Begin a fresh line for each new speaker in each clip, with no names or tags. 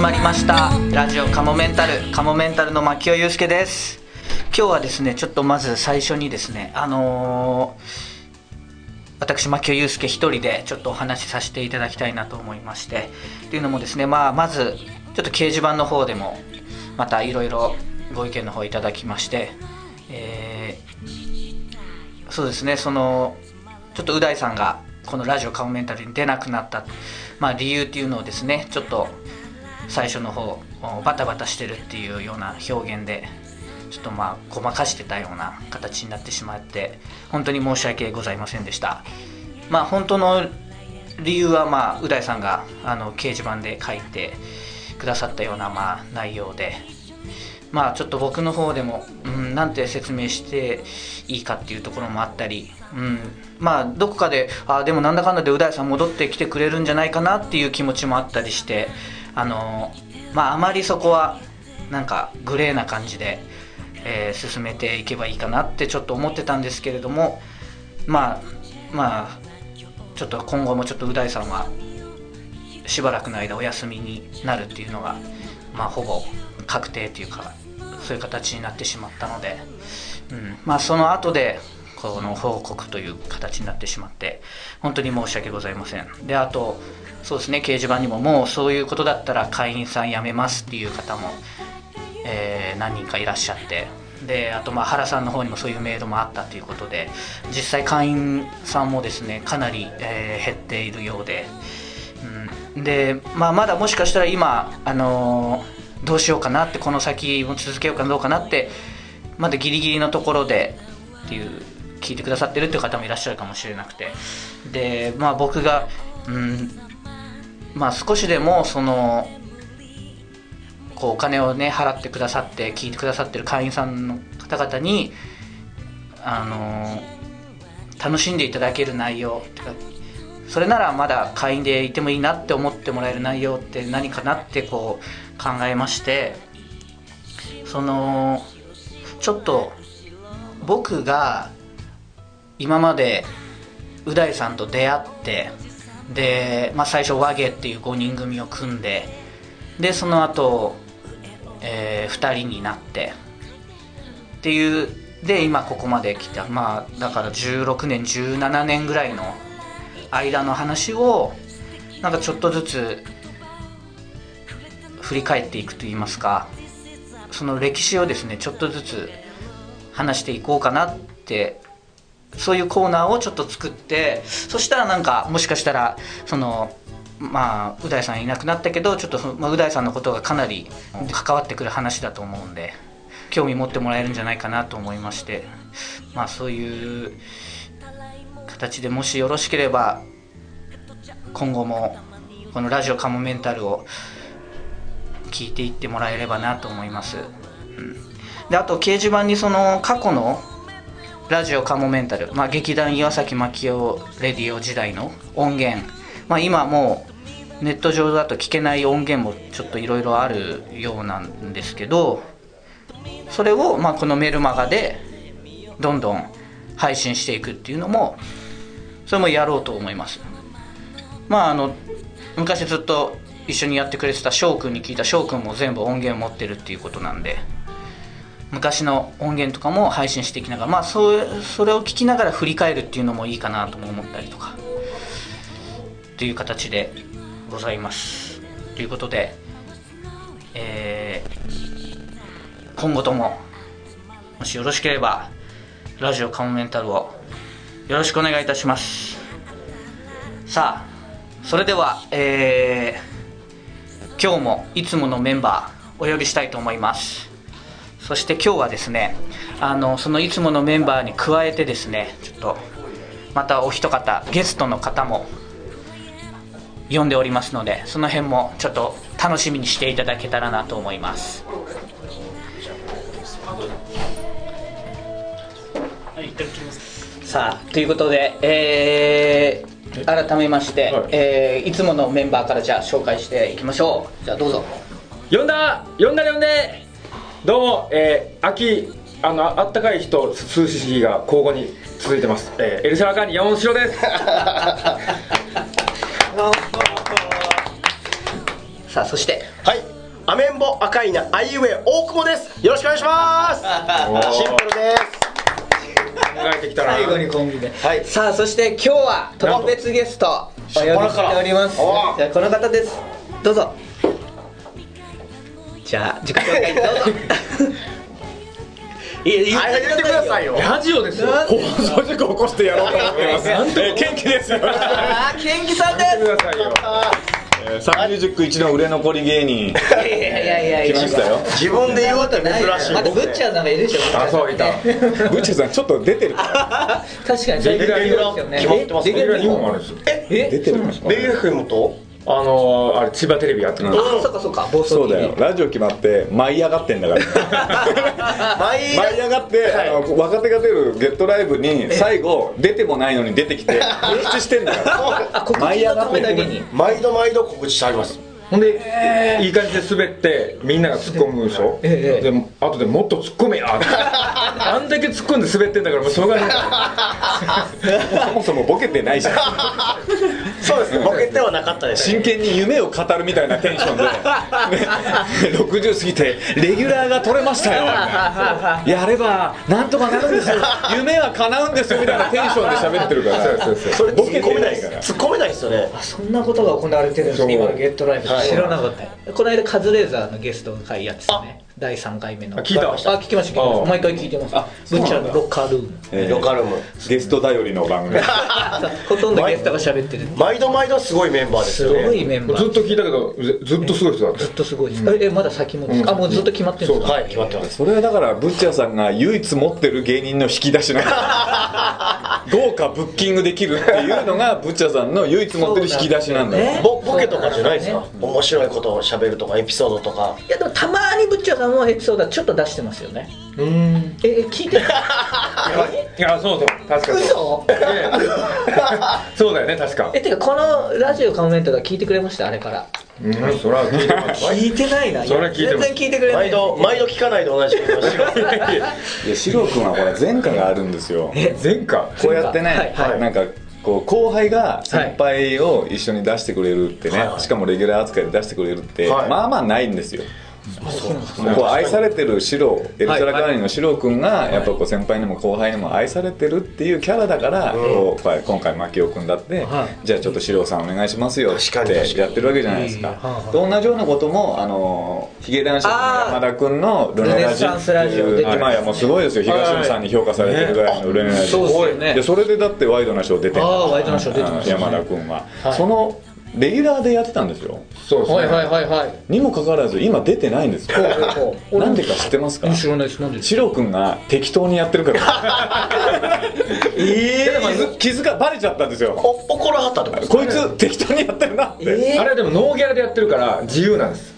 まりましたラジオカモメンタルカモメンタルの牧尾祐介です今日はですねちょっとまず最初にですねあのー私牧尾祐介一人でちょっとお話しさせていただきたいなと思いましてっていうのもですね、まあ、まずちょっと掲示板の方でもまたいろいろご意見の方いただきまして、えーそうですねそのちょっとう大さんがこのラジオカモメンタルに出なくなった、まあ、理由っていうのをですねちょっと最初の方おバタバタしてるっていうような表現でちょっとまあごまかしてたような形になってしまって本当に申し訳ございませんでしたまあ本当の理由はまあう大さんがあの掲示板で書いてくださったようなまあ内容でまあちょっと僕の方でも、うん、なんて説明していいかっていうところもあったり、うん、まあどこかであでもなんだかんだでう大さん戻ってきてくれるんじゃないかなっていう気持ちもあったりしてあのまああまりそこはなんかグレーな感じで、えー進めていけばいいかなってちょっと思ってたんですけれどもまあまあちょっと今後もちょっとう大さんはしばらくの間お休みになるっていうのが、まあ、ほぼ確定というかそういう形になってしまったので、うんまあ、その後でこの報告という形になってしまって本当に申し訳ございませんであとそうですね掲示板にももうそういうことだったら会員さん辞めますっていう方も、えー何人かいらっしゃってであとまあ原さんの方にもそういうメールもあったということで実際会員さんもですねかなり、えー減っているようでうんで、まあ、まだもしかしたら今、あのーどうしようかなってこの先も続けようかどうかなってまだギリギリのところでっていう聞いてくださってるっていう方もいらっしゃるかもしれなくてで、まあ、僕が、うんまあ、少しでもそのこうお金をね払ってくださって聞いてくださってる会員さんの方々に、あのー楽しんでいただける内容てかそれならまだ会員でいてもいいなって思ってもらえる内容って何かなってこう考えましてそのちょっと僕が今までう大さんと出会ってで、まあ、最初和芸っていう5人組を組んででその後、え2人になってっていうで今ここまで来たまあだから16年17年ぐらいの間の話をなんかちょっとずつ振り返っていくといいますかその歴史をですねちょっとずつ話していこうかなってそういうコーナーをちょっと作ってそしたらなんかもしかしたらそのまあう大さんいなくなったけどちょっとその、まあ、う大さんのことがかなり関わってくる話だと思うんで興味持ってもらえるんじゃないかなと思いましてまあそういう形でもしよろしければ今後もこのラジオカモメンタルを聞いていってもらえればなと思います、うんであと掲示板にその過去のラジオカモメンタル、まあ、劇団岩崎牧雄レディオ時代の音源、まあ、今もうネット上だと聞けない音源もちょっといろいろあるようなんですけどそれをまあこのメルマガでどんどん配信していくっていうのもそれもやろうと思いますまああの昔ずっと一緒にやってくれてた翔くんに聞いた翔くんも全部音源持ってるっていうことなんで昔の音源とかも配信していきながらまあそうそれを聞きながら振り返るっていうのもいいかなとも思ったりとかっていう形でございますということで、えー今後とももしよろしければラジオカモメンタルをよろしくお願いいたしますさあそれでは、えー今日もいつものメンバーお呼びしたいと思いますそして今日はですねあのそのいつものメンバーに加えてですねちょっとまたお一方ゲストの方も呼んでおりますのでその辺もちょっと楽しみにしていただけたらなと思いますさあということで、えー改めまして、いえーいつものメンバーからじゃあ紹介していきましょうじゃあどうぞ
呼んだ呼んだら呼んでどうも、えー秋あのああったかい日と涼しい日が交互に続いてます、えーエルシャラカーニ山本城です
さあそして
はい、アメンボ赤いなあいうえ大久保ですよろしくお願いしますシンプルです
考えてきたな
最後にコンビで、
はい
さあそして今日は特別ゲストお呼びしております
初っ端から
じゃあこの方ですどうぞじゃあ自己紹介ど うぞいや言
あれ言ってくださいよ
ラジオですよ
なん
放送事故起こしてやろうと思って ます
なん
えー元気ですよろしくお願いします
ああケンキさん で
くださいよ
えーサンミュージック一の売れ残り芸人
すいやいやいやい
来
や
ましたよ
自分で言うって珍しい
またブッチャーさんがいるでしょ
あそういた
ブッチェさんちょっと出てるから
確かに最近
レギュラ
そう
ー
です
決
よ
ま
ね
ってます
レ
ね
ギュラー2本あるんですよ
え
出てるから
レギュラー君もと
あのー、あれ千葉テレビやってる
あそっかそっか暴走
そうだよラジオ決まって舞い上がってんだから
毎
舞い上がって、あの若手が出るゲットライブに最後出てもないのに出て きて告知してんだか
あ告知
ら舞い上
の
が
た
って
め
ん
だ
だ
け
か
に
毎度毎度告知してあります
ほんで、いい感じで滑ってみんなが突っ込むでしょ、
ええ
であとでもっと突っ込めやってあんだけ突っ込んで滑ってんだからもうしょうがない
らそもそもボケてないじゃん
そうですねボケてはなかったです
真剣に夢を語るみたいなテンションで ね60過ぎてレギュラーが取れましたよ みたいなやればなんとかなるんですよ夢は叶うんですよみたいなテンションで喋ってるか
そうそうそう
ら
それ
ボ
突
ケ
っ込め
て
ない
な
で
い
す
から
突っ込めないですよね
そんなことが行われてるんですね
そう
今のゲットライブ
はい
知らなかったよこの間カズレーザーのゲストの回やってたね第3回目の
あ聞いた
あ聞きました聞きまし
あ
た毎回聞いてますブッチャーのロッカールーム
え
ロ
ー
カルーム
ゲスト頼りの番組
ほとんどゲストが喋ってる
毎度毎度すごいメンバーです
す
よ
ご
ね
いメンバ
ずっ
ー
と聞いたけどずずっとすごい人だっ
ずっとすごいですええまだ先もですかあもうずっと決まってるんですか
はい決まってます
それはだからブッチャーさんが唯一持ってる芸人の引き出しな んだ豪華ブッキングできるっていうのがブッチャーさんの唯一持ってる引き出しなんだよ
そうだね
ボボケとかじゃないですか
そ
面白いことをしゃべるとかエピソードとか
いやでもたまにブッチャーさんもエピソードはちょっと出してますよね
たうん
ええ聞いてる
いやそうそう確かそう
嘘
ええそうだよね確か
えてかこのラジオカメントが聞いてくれましたあれから
うんそれは聞いてます
聞いてないな
それは聞いてます
全然聞いてくれない
毎度毎度聞かないで同じことをして ます
いやシロ君はこれ前科があるんですよ
前回
こうやってね、
はいはい
なんかこう後輩が先輩を一緒に出してくれるってね、
はいはい
しかもレギュラー扱いで出してくれるって、
はい
まあまあないんですよ、
そうなんです
こう愛されてるシロエルトラカーニのシロ君がやっぱこう先輩にも後輩にも愛されてるっていうキャラだから、こうこう今回牧雄君だって、
はい
じゃあちょっとシロさんお願いしますよっ
確かに確か
て
に
やってるわけじゃないですか、と同じようなこともあのヒゲ男子の山田君の「ルネ
ル
ラジ」って
ネサンスラジオ出
いう
てます
今やもうすごいですよ東野さんに評価されてるぐらいの「ルネラジ」
そうですよね
でそれでだってワイドなショー出てんだから
あーワイドナショー出てましたね
山田君は、そのレギュラーでやってたんですよ
そうですね
はいはいはいはい
にもかかわらず今出てないんですよ
ほう
なんでか知ってますか
知らないですなんで
シロ君が適当にやってるから
え
気づ気づかバレちゃったんですよ
おっぽこらはったってことですか
こいつ適当にやってるなって、
え
あれでもノーギャラでやってるから自由なんです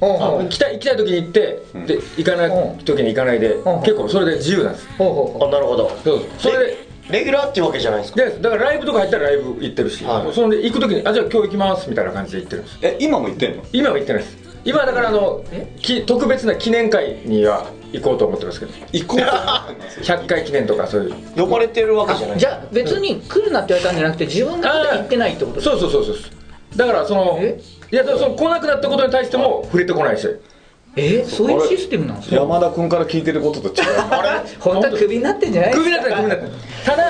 ほうほう
行きたい行きたい時に行ってで行かない時に行かないで
ん
結構それで自由なんです
ほうほうほ
あなるほど
そうそうそれで
レギュラーっていうわけじゃないんですか
でだからライブとか入ったらライブ行ってるし、
はい
それで行く時に「あじゃあ今日行きます」みたいな感じで行ってるんです
え今も言ってんの
今は行ってないです今だからあのき特別な記念会には行こうと思ってますけど
行こうと思ってます
100回記念とかそういう
呼ばれてるわけじゃな
う
い
じゃあ別に来るなって言われたんじゃなくて自分が行ってないってこと
そうそうそうそうだからその
え
いやだからその来なくなったことに対しても触れてこないし
えー、そういうシステムなんですか
山田君から聞いてることと違う
本当はクビになってんじゃない
クビになったらクビになったただ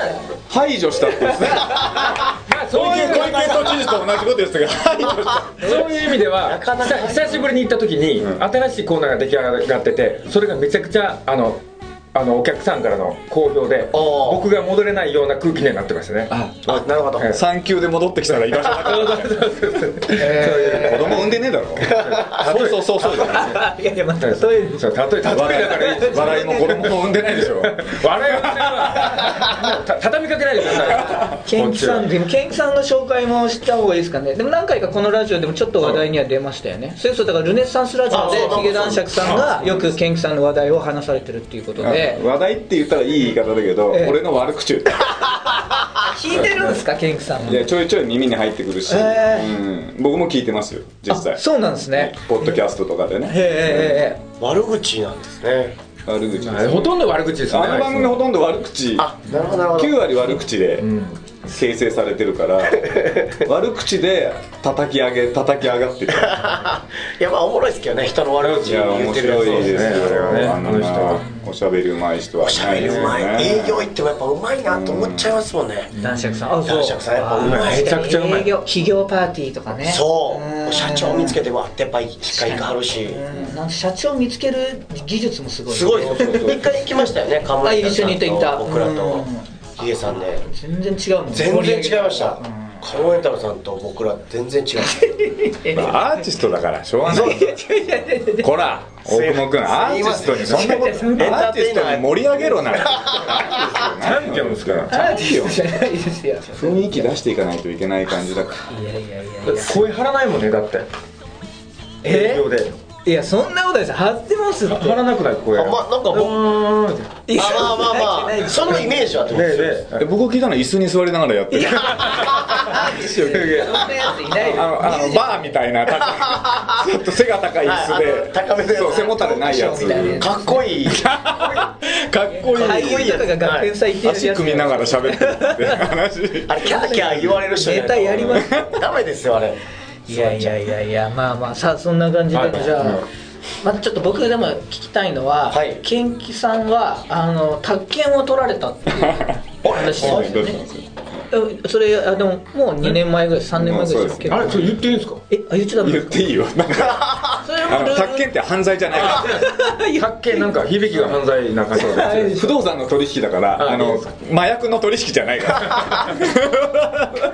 排除したってですね
まあそういう
小池都知事と同じことですが排除した
そういう意味では久久しぶりに行った時に、新しいコーナーが出来上がっててそれがめちゃくちゃあのあのお客さんからの好評で
ー
僕が戻れないような空気にはなってましたね
あなるほど
はい
産休で戻ってきたら居場所なかったみたいな子供産んでねえだろそうそうそうそうじゃない
いやいやまた例える
そう例え例えだからいいです
笑いも子供も産んでないでしょ
笑いは笑いはた畳みかけないでください
ケンキさんでもケンキさんの紹介もした方がいいですかねでも何回かこのラジオでもちょっと話題には出ましたよねそれこそだからルネッサンスラジオ
あそう
で
そう
ヒゲ男爵さんがよくケンキさんの話題を話されてるっていうことで
話題って言ったらいい言い方だけど、
ええ
俺の悪口言って
聞いてるんですかケンキさんも
いやちょいちょい耳に入ってくるし、
え
うん、僕も聞いてますよ実
あ
際
そうなんですね
ポッドキャストとか
へ
で
え
ね
へえへ
悪口なんですね
悪口です
ほとんど悪口ですね
あの番組ほとんど悪口
あなるほどなるほど
9割悪口で、形成されてるから悪口で叩き上げ叩き上がってる
いやまあおもろいですけどね人の悪口
いや
言
面
ってるや
白
つ
いです
そうですねあれはね
ねあの人
あの
はおしゃべりうまい人は
お
い
しゃ
な
べ
い
り
です
う
よ
まい、営業行
ね
ってもやっぱうまいなと思っちゃいますもんね、
男爵さんあ
男爵さんやっぱうまい
めちゃくちゃうまい
営業企業パーティーとかね
そう、
ん
社長見つけてわってやっぱりしっかり行かはるし、
うんなんか社長見つける技術もすごい
すごい
よ
ですよ一回行きましたよねカ
あ一緒に行った行った
僕らとヒゲさんで、
全然違うもん
全 然違いました
うん
カモメンタルさんと僕ら全然違いました
まあアーティストだからしょうがないこら大久保君アーティストにそんなこと
すいません
アーティストに盛り上げろなチ
チャンピオンですから
アーティストじゃないですよ
雰囲気出していかないといけない感じだから
いやいやいや
だって声張らないもんねだって営業で
いやそんなことないです張ってますって
張らなくない声
あまあなんか
う
僕
ーんって
いや
あまあま あまあそのイメージはってこと
で
ですよ
で
え僕が聞いたのは椅子に座りながらやってる
そんなやついない
あのあのバーみたいな高いちょっと背が高い椅子
はいあ
で
の高めのやつ
そう背もたれないや
トークショー
つ
みたいなやつ
かっこいい
かっこい
俳優とかが学園祭行って
い足組みながら喋ってるって話
あれキャーキャー言われる人じゃない
ネタやります
ダメですよあれ
いやいやいやいやまあまあさあそんな感じ
はい
でじゃ
う
あ
ん
またちょっと僕でも聞きたいのは、
はい
ケンキさんはあの宅建を取られたっていう話なんです
ど
よ
うしたんで
ね
すか
えそれあでももう2年前ぐらい3年前ぐらいですけど
あれそれ言っていいんですか
えあ言っちゃダメ
言っていいよなんか
それ
あ
もル
の宅
ー
建って犯罪じゃないか
かっけえなんか響きが犯罪な感じ
ら
で
不動産の取引だから
あ
あ
いい
の
ですか
麻薬の取引じゃないから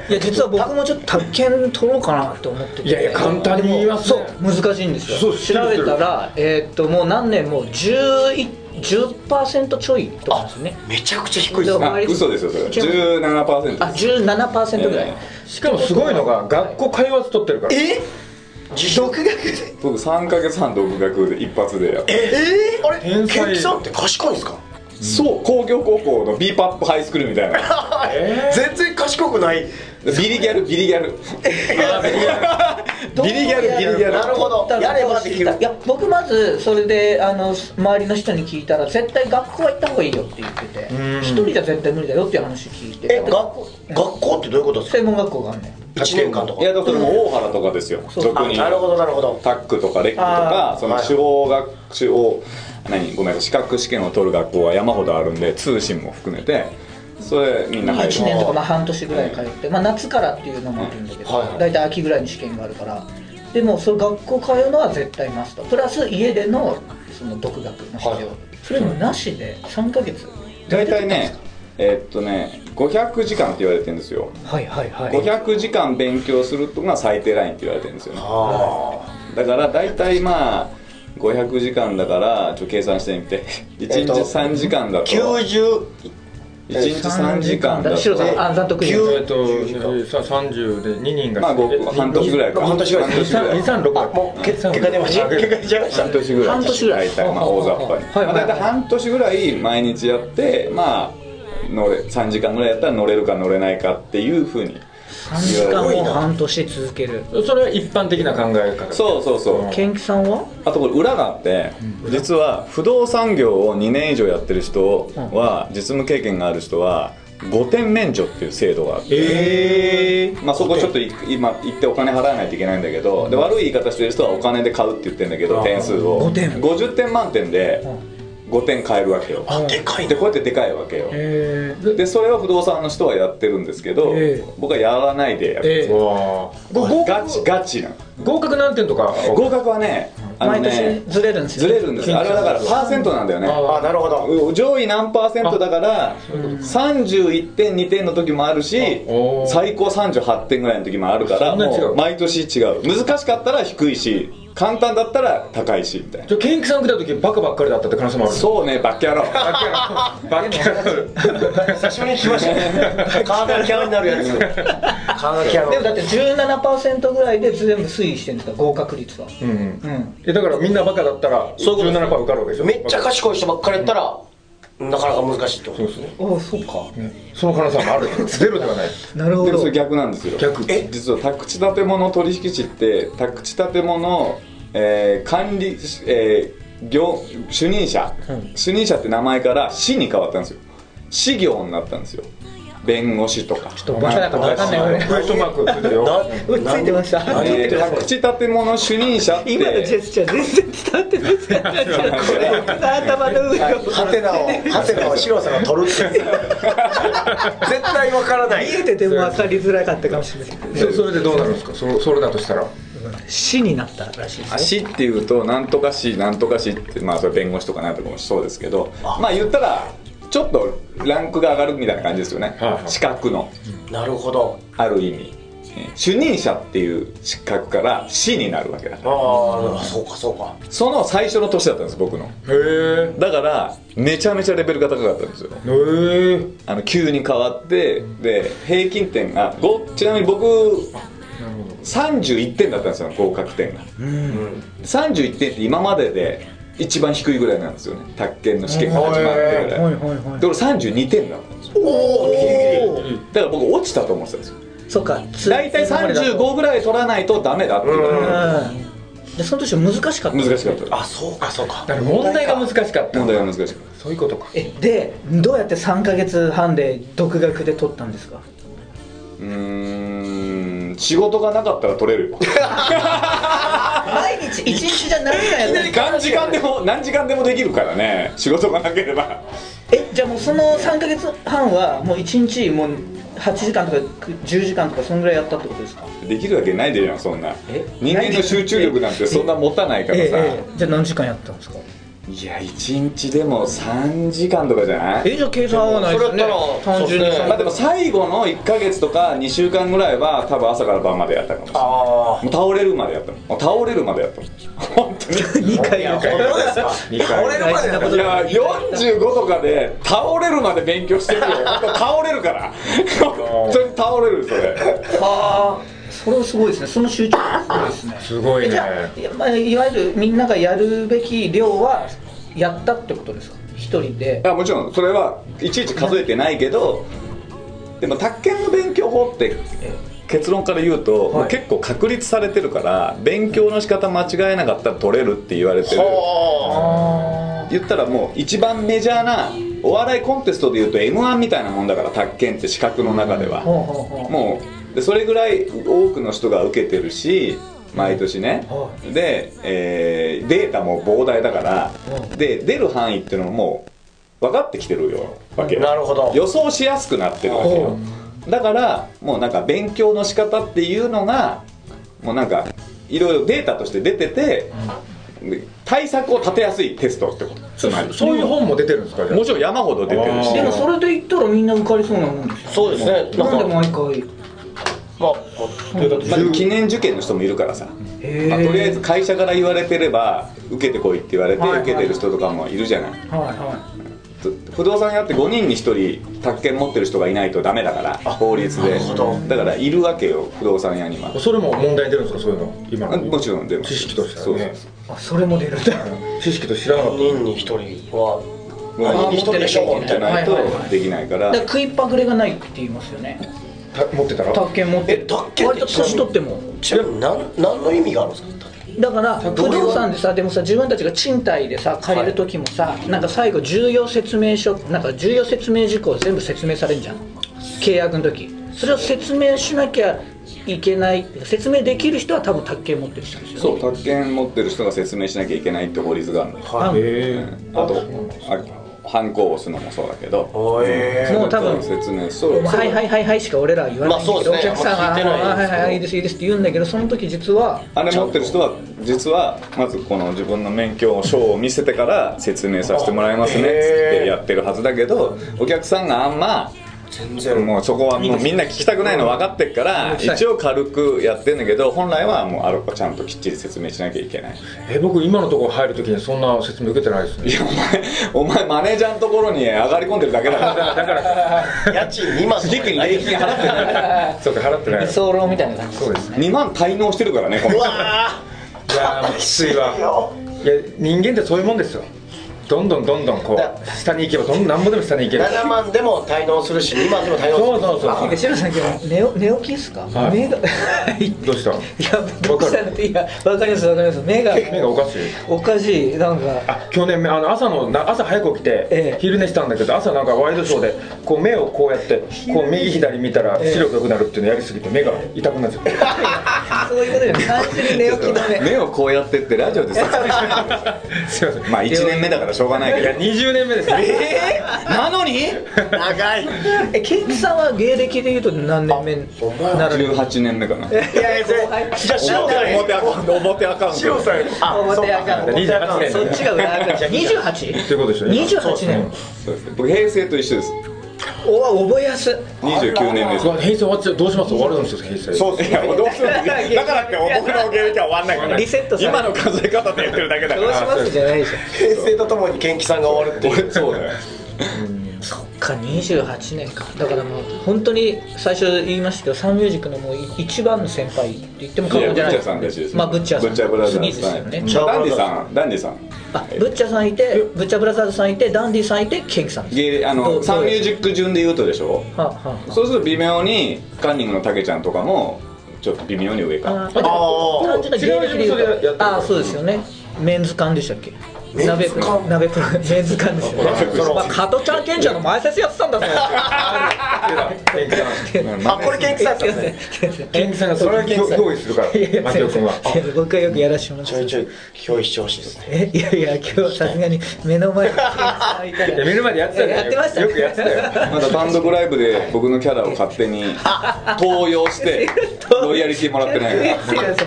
ルいや実は僕もちょっと宅建取ろうかなって思ってて
いやいや簡単に言います
そう
ね
難しいんですよ
そう知ってる
調べたらえーっともう何年も11 10%ちょいとかですね
めちゃくちゃ低いです
でも
ね
あ嘘ですよそれ
違
17%
あ17%ぐらい、
え
しかもすごいのが学校通わず取ってるから
え独学で
僕3ヶ月半独学で一発でやった
えー、あれケン
天才
キさんって賢いんですか
そう工業高校の b パップハイスクールみた いな
え
全然賢くない
ビリギャル ビリギャルビリギャルビリギャル
なるほどやればできる
いや僕まずそれであの周りの人に聞いたら絶対学校は行った方がいいよって言ってて一人じゃ絶対無理だよっていう話聞いて
え学校学校ってどういうことですか
専門学校があんねん
一年間とか
いやだからもう大原とかですよ
そう
俗
あ
に
なるほどなるほど
タックとかレックとかその
はい
司法学司法何ごめんなさい資格試験を取る学校は山ほどあるんで通信も含めてそれみんな入る
1年とかまあ半年ぐらい通って、まあ、夏からっていうのもあるんだけど
はいはい
大体秋ぐらいに試験があるからでもそれ学校通うのは絶対マストプラス家でのその独学の必要、
はい
それもなしで3ヶ月
大体ねえーっとね500時間って言われてるんですよ
はいはいはい
500時間勉強するとが最低ラインって言われてるんですよね
あ
だから大体まあ500時間だからちょっと計算してみて1
えっ
日
と
3時間だ
あ
と1
90
日3時間だ
だ白
と
さんあ断得意
急
えっとさ30で2人が
まあご半年ぐらいか
半年ぐらい
半年ぐらい
236
あもう結結果出ました結果出ちゃいました
半年ぐらい
半年ぐらい
大体まあ大雑把に、
はいはいはい
まあ、大体半年ぐらい毎日やってまあ乗れ3時間ぐらいやったら乗れるか乗れないかっていうふうに
3時間を半年続ける
それは一般的な考え方
そうそうそう
ケンキさんは
あとこれ裏があって実は不動産業を2年以上やってる人は実務経験がある人は5点免除っていう制度があって
ええ
まあ、そこちょっとい今行ってお金払わないといけないんだけどで悪い言い方してる人はお金で買うって言ってるんだけど点数を
5点
50点満点で5点買えるわけよ
あでかい
で
な
こうやってでかいわけよ
え
でそれを不動産の人はやってるんですけど
ええ
僕はやらないでやる
え
わご合
ガ
格
チガチなの
合格何点とか
合格はねあの
毎
ね
年ずれるんです
ず
よ
れるんですよあれはだからパーセントなんだよね
あ
あなるほど
上位何パーセントだから31点2点の時もあるし
おー
最高38点ぐらいの時もあるから
そんな違う
もう毎年違う難しかったら低いし簡単だったら高いしみたいな
じゃあケンキさん来た時バカばっかりだったって可能性もある
そうねバッキャロ
バッキャバッキャ
久しぶりに来ましたね カーナキャラになるや つカーナキャラ
でもだって17%ぐらいで全部推移してるんですか合格率は
うんうん
うん
えだからみんなバカだったら
そういうこと
17%受かるわけでしょ
めっちゃ賢い人ばっかりやったら、なかなか難しいってこと
そうですね
ああそうか
その可能性もあるゼロではない
なるほ
ーで
ど
それ逆なんですよ
逆
え
実は宅地建物取引士って宅地建物、えー管理、えー業主任者、主任者って名前から市に変わったんですよ市業になったんですよ弁護士とか
ちょっと面白いかわかんない俺
クエストマークついてるよ
うんついてました
えー宅地建物主任者って
今のジェスチャー全然伝わってないですからこれ頭の上を
ハテナをハテナをシロさんが取るっていう絶対わからない
見えてても分かりづらかったかもしれないけど
そそれでどうなるんですかそそれだとしたら
死になったらしいです
市っていうとなんとか市なんとか市ってまあそれ弁護士とかなんとかもそうですけどまあ言ったらちょっとランクが上がるみたいな感じですよね、
はいはい
資格の
なるほど
ある意味えー主任者っていう資格から市になるわけだから
ああそうかそうか
その最初の年だったんです僕の
へえ
だからめちゃめちゃレベルが高かったんですよ
へえ
あの急に変わってで平均点が5ちなみに僕31点だったんですよ合格点が、31点って今までで一番低いぐらいなんですよね宅建の試験が始まってぐらい、
はいはいはい
で俺32点だったんですよ
おおギリギリ
だから僕落ちたと思ってたんですよ
そうか
大体35ぐらい取らないとダメだって言われて
うんでその年難しかった
難しかった
あそうかそうか
だから問題が難しかった
問題が難しかった
そういうことか
えでどうやって3か月半で独学で取ったんですか
うーん仕事がなかったら取れるよ
毎日一日じゃなれないやつ
何時間でも 何時間でもできるからね仕事がなければ
えじゃあもうその3か月半はもう1日もう8時間とか10時間とかそんぐらいやったってことですか
できるわけないでじゃんそんな
え
人間の集中力なんてそんな持たないからさ、
じゃあ何時間やったんですか
いや1日でも3時間とかじゃない
えじゃあ計算合わないですね
それやったら
単純に
そうっす
まあでも最後の1か月とか2週間ぐらいは多分朝から晩までやったかもしれない
あ
もう倒れるまでやったのもう倒れるまでやった の本当に
2回や
あ本当ですか
理 解
俺のまでだ
いや45とかで倒れるまで勉強してるよ 本当倒れるから本当に倒れるそれ
はあそれはすごいですねその集中力すごいですね
すごい
えじ
ね
ゃあいや、まあ、いわゆるみんながやるべき量はやったってことですか一人で
あもちろんそれはいちいち数えてないけどでも宅建の勉強法って結論から言うと、もう結構確立されてるから勉強の仕方間違えなかったら取れるって言われてる
あ
言ったらもう一番メジャーなお笑いコンテストでいうと m 1みたいなもんだから宅建って資格の中では、
ほうほうほう
もうでそれぐらい多くの人が受けてるし毎年ね、で、えーデータも膨大だから、で出る範囲っていうのももう分かってきてるよわけよ
なるほど
予想しやすくなってるわけよだからもうなんか勉強の仕方っていうのがもうなんかいろいろデータとして出てて、で対策を立てやすいテストってことつまり
そういう本も出てるんですかじゃあ
もちろん山ほど出てるし
でもそれで言ったらみんな受かりそうなもんですよ
そうですねな
なん
ん
で
か
毎回
まあということで
まあ、記念受験の人もいるからさ、まあ、とりあえず会社から言われてれば受けてこいって言われて
はいはい
受けてる人とかもいるじゃない、
はいはい
と不動産屋って5人に1人宅建持ってる人がいないとダメだから法律でだからいるわけよ不動産屋には
それも問題に出るんですかそういうの今の
もちろんでも
知識として
そ
は
うそ
ね
うそ
あそれも出るん だ
知識として知らなかっ
5人に一人は
うもう
何人に一人でしょうみ
じ
た
ゃ
いな
ない
はいはいはい
とできないか
だ
ら
から食いっぱぐれがないって言いますよね
た持ってたら
宅建持って
え宅建って
割と年取っても
ちなみに何何の意味があるんですか
だから不動産でさでもさ自分たちが賃貸でさ借りる時もさ、なんか最後重要説明書なんか重要説明事項全部説明されるじゃん契約の時それを説明しなきゃいけない説明できる人は多分宅建持ってる人ですよね
そう宅建持ってる人が説明しなきゃいけないって法律があるの
あの
へ
あとあハンコを押すのもそうだけど
おえ
もう多分
説明そう
はいはいはいはいしか俺らは言わないんだけど、
まあそうですね
お客さん
あんま聞いて
が「
な
はい
いですけど
はいはいいいですいいです」って言うんだけどその時実は
あれ持ってる人は実はまずこの自分の免許証を見せてから説明させてもらいますねっつってやってるはずだけどお客さんがあんま
全然
もうそこはもうみんな聞きたくないの分かってるから
くさい
一応軽くやってんだけど本来はもうあれこちゃんときっちり説明しなきゃいけない
え僕今のところ入るときにそんな説明受けてないですね
いやお前お前マネージャーのところに上がり込んでるだけだから
だから
家賃2万
時期に礼金払ってない
そうか払ってない
居
い
候みたいな感じ
そうです
2万滞納してるからねこの
うわあ
やーもうきついわいや人間ってそういうもんですよどんどんどんどんこ
だ
う下に行けばどんなんぼでも下に行ける
7万でも滞納するし2万でも滞納する
そうそうそう
白さん今日寝お寝起きですか、
はい
目が い
どうした
やどうしたのいやわかりますわかります目 が
目がおかしい
おかしいなんか
あ去年あの朝のな朝早く起きて、
ええ
昼寝したんだけど朝なんかワイドショーでこう目をこうやってこう右左見たら視力良くなるっていうのやりすぎて目が痛くなっちゃった
そういうことじゃない単純に寝起きの目
目をこうやってってラジオで説明してない
すいません
まあ1年目だからしょうがない
い
け
や
ど
20年目ですね
えなのに
長い
えケンキさんは芸歴でいうと何年目になられる
18年目かない
やいやそれじゃあ白さん
表アカウント表アカウン
白さんあそう
表アカ
か
ウント
28年
そっちが裏アカウントじゃあ 28?
ということでしょ
28年
そうです僕平成と一緒です
おわ覚えやす
29年です
うわ平成終わっちゃうどうします終わるんですよ平成
そうですいやどうするだからって僕の芸歴は終わんないから
リセットされる
今の数え方で言ってるだけだか
どうし
ら
ますじゃないでしょ
平成とともに元気さんが終わるっていう
俺そうだよ
そっか28年かだからもう本当に最初言いましたけどサンミュージックのもう一番の先輩って言っても過
いや
言
ブ
じゃない
ッチャーさんたちです
まあブッチャーさん
ブッチャーブラザーズ
次ですよね、
はいダンディさんダンディさん
あブッチャーさんいてブッチャーブラザーズさんいてダンディさんいてケンキさんです
芸あ
ど
の
う
サンミュージック順で言うとでしょ
はあはあ
そうすると微妙にカンニングのたけちゃんとかもちょっと微妙に上か
あー単純な芸歴で言うと
違う事務所でやってる
あーそうですよねメンズ館でしたっけ鍋プロ鍋プロメンズ館ですよね
あそう
まあ加トちゃんケンちゃんの前説やってたんだぞ
天気さん
あこれ元気さんですね
天気さんがそれは憑依するから
いやいや
牧野君はあ
いや僕はよくやらしてもらっ
ち
て
ょ
ま
い
す
ちょい共有してほしいですね
えいやいや今日さすがに目の前にケンさんいた
いや
ら
目の前でやってたよね
やってましたね
よくやってたよ
まだ単独ライブで僕のキャラを勝手に登用してロイヤリティもらってないか
すいません
ら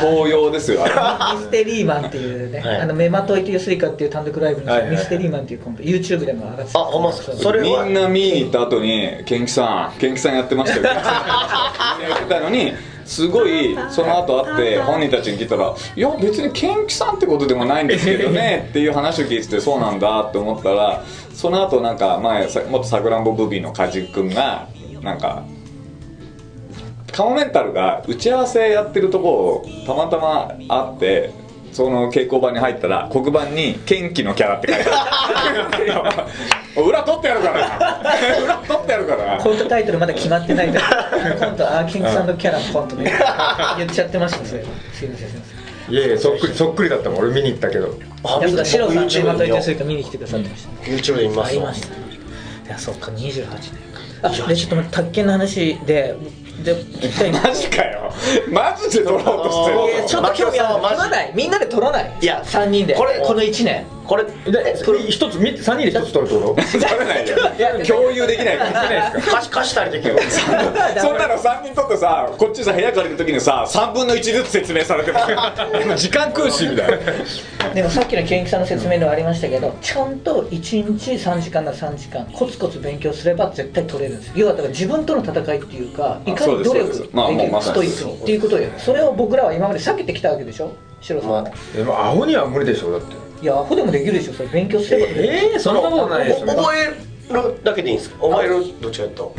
登用ですよあ
ミステリーマンっていうね、
はい
あのメマトイというスイカっていう単独ライブ
はい
の
はい
ミステリーマンっていうコンビ YouTube でも上がって
あ
た
ほんまっすかそ
れ
れ
み
は
んな見に行った後に「ケンキさんケンキさんやってましたよ」ケンキさんやってたのにすごいその後会って本人たちに聞いたら「いや別にケンキさんってことでもないんですけどね」っていう話を聞いててそうなんだって思ったらその後なんか前さ元さくらんぼブギーの梶君がなんかカモメンタルが打ち合わせやってるとこをたまたま会ってその稽古場に入ったら黒板に「ケンキのキャラ」って書いてある裏取ってやるからな裏取ってやるからな
コントタイトルまだ決まってないからコントあーキングさんのキャラのコントね言っちゃってましたそれはすいませんすいません
いやいやそっくりそっくりだったもん俺見に行ったけど
あ
やっぱシロさんメマ
YouTube
トイと
で見よ
いうスイカ見に来てくださってました、ね
う YouTube で見ま
あ
す
りましたねいやそっか28年かあでちょっと待って卓研の話でで聞きたいんだけど
マジかよマジで取ろうとしてるの
いや
ちょっと興味ある
マジ
取らないみんなで取らない
いや
3人で
これ
この1年
これ
で一つ3人で一つ取るってこと
取れないよ共有できないから
貸し貸したりできる
そんなの3人とってさこっちさ部屋借りる時にさ3分の1ずつ説明されても時間空しみたいな
でもさっきのケンキさんの説明でもありましたけどちゃんと1日3時間なら3時間コツコツ勉強すれば絶対取れるんです要はだから自分との戦いっていうかいか
そう
に
です
努力で
そうですまあ
き
もう
る
ま
か
さ
ス
に
トイックにっていうことよそれを僕らは今まで避けてきたわけでしょシロさん、
ま
でも青には無理でしょだって
いやアホでもできるでしょそれ勉強すればできる
えそんなことないですよ
覚えるだけでいいんですか覚えるどっちかと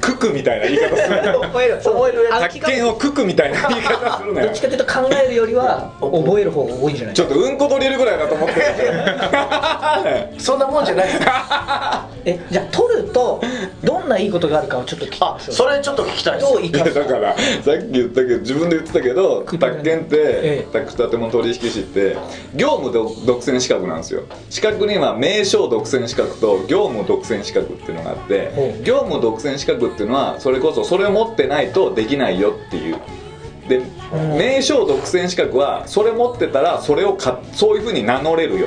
ククみたいな言い方する
覚える覚えるや
発見をククみたいな言い方するな
ど
よ
っちかというと考えるよりは覚える方が多いんじゃない
ちょっとうんこドリルぐらいだと思って る
そんなもんじゃないですか
えじゃあ取るとどんないいことがあるかをちょっと聞き
あ
ましょう
それちょっと聞きたいです
どう生
いや
かす
だからさっき言ったけど自分で言ってたけど
くだらな
宅
い
建っ
え
て宅建物取引士って業務独独占資格なんですよ資格には名称独占資格と業務独占資格っていうのがあって
ほう
業務独占資格っていうのはそれこそそれを持ってないとできないよっていうで名称独占資格はそれ持ってたらそれをかそういうふうに名乗れるよ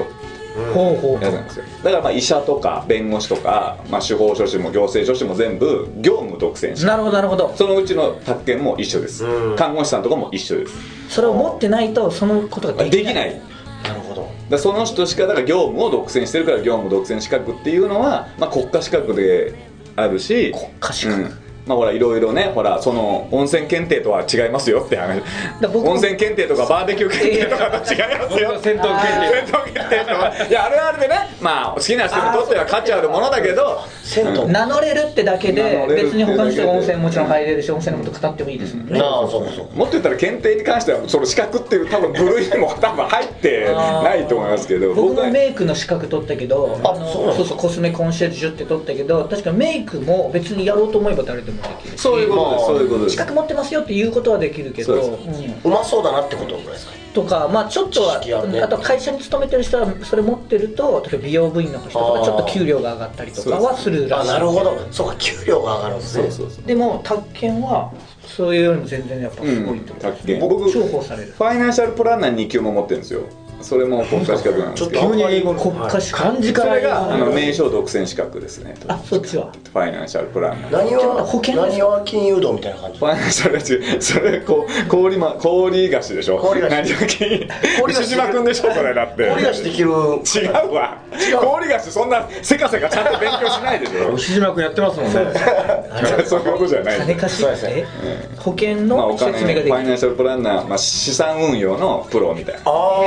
ほうほう
やつなんですよだからまあ医者とか弁護士とか、まあ、司法書士も行政書士も全部業務独占し
なるほどなるほど
そのうちの宅建も一緒です
うん
看護師さんとかも一緒です
それを持ってないとそのことがで
で
きな
き
い
ないだか
なるほど
らその人しかだから業務を独占してるから業務独占資格っていうのは、まあ、国家資格であるし
国家資格
うんまあほらいろいろねほらその温泉検定とは違いますよって話
ら僕も
温泉検定とかバーベキュー検定とかと違いますよ
戦闘
戦闘検定とかいやあれはあれでねまあ好きな人にとっては価値あるものだけど
銭湯
名乗れるってだけ
名
で
乗れるっ
別
てだけで
に他の人が温泉もちろん入れるし温泉のこと語ってもいいですもんね
なあそうかそうか
もっと言ったら検定に関してはその資格っていう多分部類にも多分入ってないと思いますけど
僕
は
もメイクの資格取ったけど
あ
の
そうなんだ
そうそうコスメコンシェルジュって取ったけど確かメイクも別にやろうと思えば誰でもできる
そういうことですそういうことで
資
す
格持ってますよっていうことはできるけど、
そう
う
で
ん、
うまそうだなってことぐらいですか
とかまあちょっと
知識あ
は、
るね
あと会社に勤めてる人はそれ持ってると例えば美容部員の人と
あー
かちょっと給料が上がったりとかはするら
あ
しい
なるほどそうか給料が上がるんです
そう
ね
そうそう
でも宅建はそういうよりも全然やっぱすごいってことですね、
うん宅建僕
重宝される
ファイナンシャルプランナー2級も持ってるんですよそれも国家資格なんですけ
ちょっ
ど
と
国家資格
漢字か
そ
ら
れがあの
が
名称独占資格ですね
あそっちは
ファイナンシャルプランナー
何
ちょっと
は
保険です
何は金融道みたいな感じ
ファイナンシャルが違うそれこう氷ま氷菓子でしょ
氷菓子
何々金
氷菓子
牛島君でしょそれだって
氷菓子できる
違うわ氷菓子そんなせかせかちゃんと勉強しないでしょ
牛島君やってますもんね
そういうことじゃない
金貸し
そうで
っ
す
て
ね
保険
まあ、お
の
金
説明が
ファ
で
イ
きる
ナンシャルプランナー、まあ、資産運用のプロみたいな
あ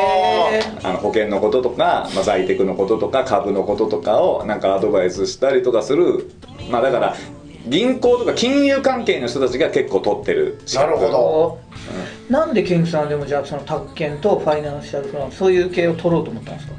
へ
ー
ー
あの保険のこととか、まあ、在宅のこととか株のこととかをなんかアドバイスしたりとかするまあだから銀行とか金融関係の人たちが結構取ってる資格
なるほど
なんでケンジさんでもじゃあその宅建とファイナンシャルプランそういう系を取ろうと思ったんですか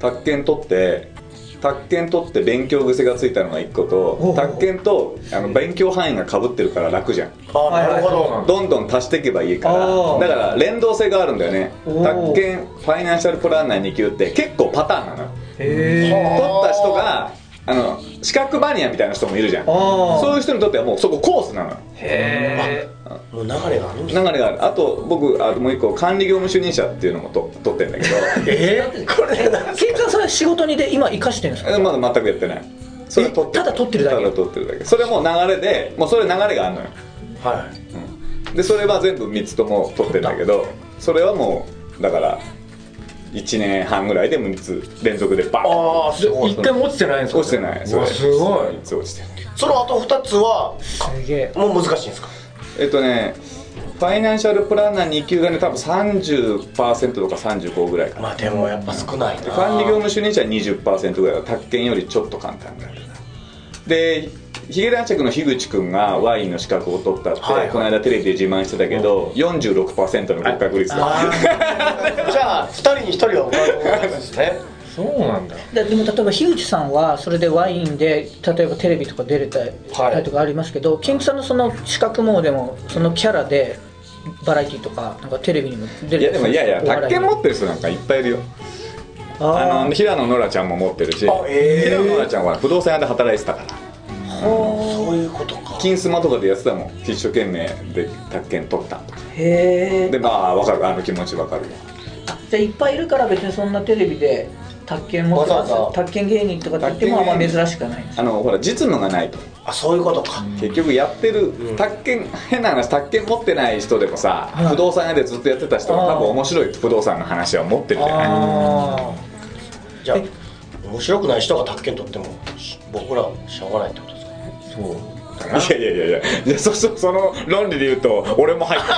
宅建取って宅建取って勉強癖がついたのが一個と
お
宅建とあの勉強範囲がかぶってるから楽じゃん
あなるほ
はいはい
ど
どんどん足していけばいいか
あ
ら
ー
だから連動性があるんだよね
おー
宅建ファイナンシャルプランナー2級って結構パターンなのよ
へえ
取った人があの資格マニアみたいな人もいるじゃん
あー
そういう人にとってはもうそこコースなのよ
へ
もう流れがあるんで
流
すね
れがあるあと僕あともう一個管理業務主任者っていうのもと取ってんだけど
えー
これ
えケンジさんそれ仕事にで今生かしてるんですか
えまだ全くやってないそれは取っ
え
て
ただ取ってるだけ
ただ取ってるだけそれはもう流れでもうそれ流れがあるのよ
は
でそれは全部3つとも取ってるんだけどそれはもうだから1年半ぐらいで3つ連続でバ
い
ーン
ああすごい
一回も落ちてないんですか
落ちてないうそ
わ
れ
すごい
3つ落ちてない
そのあと2つは
すげえ
もう難しいんですか
えっとねファイナンシャルプランナー2級がね多分30%とか35ぐらいかな
まあでもやっぱ少ない
で
な
管理業務主任者は20%ぐらいだから宅建よりちょっと簡単ぐらいだなでヒゲ男爵の樋口君がワインの資格を取ったって、
はいはい
この間テレビで自慢してたけど、46%の合格率だ
あー じゃあ2人に1人はお金を渡すんですね
そうなんだ
ででも例えば樋口さんはそれでワインで例えばテレビとか出れたり
はい
とかありますけど、ケンジさんのその資格もでもそのキャラでバラエティとかなんかテレビにも出
い
れ
や
たり
でもいやいや
お笑
宅
いに
建持ってる人なんかいっぱいいるよあ
あ
の平野ノラちゃんも持ってるし、
あえー
平野ノラちゃんは不動産屋で働いてたから
そういうことか
金スマとかでやってたもん一生懸命で宅建取った
ーへえ
でまあわかるあの気持ちわかるわ
じゃあいっぱいいるから別にそんなテレビで宅建持ってま
わざわざ
す宅建芸人とかって言ってもあんま
宅建芸人
珍しくはないんです
あのほら実務がないと
あそういうことか
結局やってる、宅建変な話宅建持ってない人でもさ、
はい
不動産屋でずっとやってた人が
あー
多分面白い不動産の話は持ってるじゃない
あ
じゃあ面白くない人が宅建取ってもし僕らはしょうがないってことですか
そう
いやいやいやいやいやそそその論理で言うと俺も入って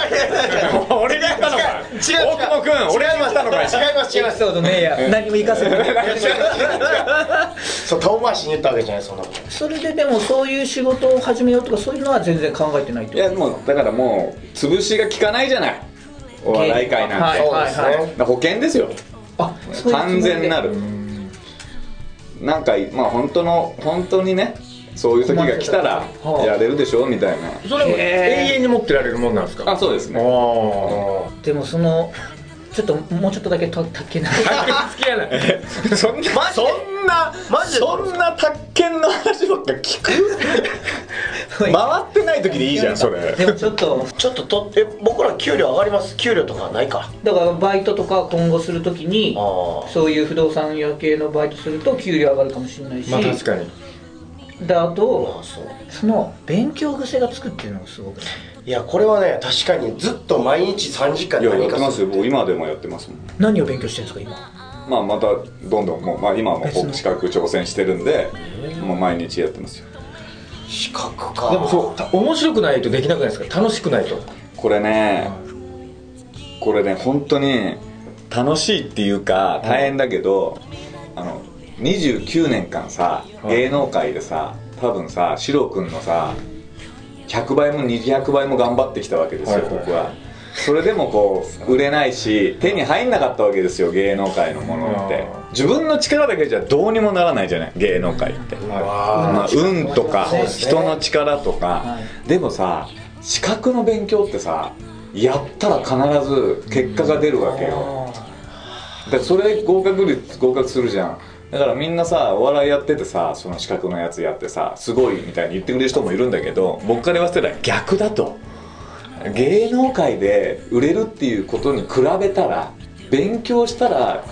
る俺がやったのか
違う違う
大久保君俺がやったのか
違います違い
エ
ま
ピ
す
ソードねえや何も生かせない
そう遠回しに言ったわけじゃないそんなこと
それででもそういう仕事を始めようとかそういうのは全然考えてないって
い
こ
やもうだからもう潰しが効かないじゃないお
と
笑い界なん
はい
て、だか
はいはい
そうですね
ら保険ですよ
あそういうつも
完
りで
全なるなんかまあ本当の本当にねそういう時が来たら
はあ
やれるでしょみたいな
それも永遠に持ってられるもんなんですか
あそうです
あ
ね
好
でもそのちょっともうちょっとだけた宅建の
きやない
そんなそんな
マジで
そんな宅建の話ばっか 聞く回ってない時でいいじゃんそれ
でもちょっと
ちょっととえ僕ら給料上がります給料とかないか
だからバイトとか今後するときに
ああ
そういう不動産屋系のバイトすると給料上がるかもしれないし、
まあ確かに
であと
まあそう
その勉強癖がつくっていうのがすごく
いやこれはね確かにずっと毎日3時間
いやや
何
って
か
ますす
る
よ僕今でもやってますもん
何を勉強してるんですか今
まあまたどんどんもう、まあ、今はも
別の
う資格挑戦してるんでもう毎日やってますよ
比較か
でもそうた面白くないとできなくないですか楽しくないと
これねこれね本当に楽しいっていうか大変だけど、あの29年間さ
はい
芸能界でさ多分さシロ君のさ100倍も200倍も頑張ってきたわけです
は
よ、
いはい
僕はそれでもこう売れないし手に入んなかったわけですよ芸能界のものって
あ
自分の力だけじゃどうにもならないじゃない芸能界ってまあ、運とか
そうですね
人の力とかでもさ資格の勉強ってさやったら必ず結果が出るわけよだからそれ合格率合格するじゃんだからみんなさお笑いやっててさその資格のやつやってさすごいみたいに言ってくれる人もいるんだけど僕から言わせたら逆だと芸能界で売れるっていうことに比べたら勉強したら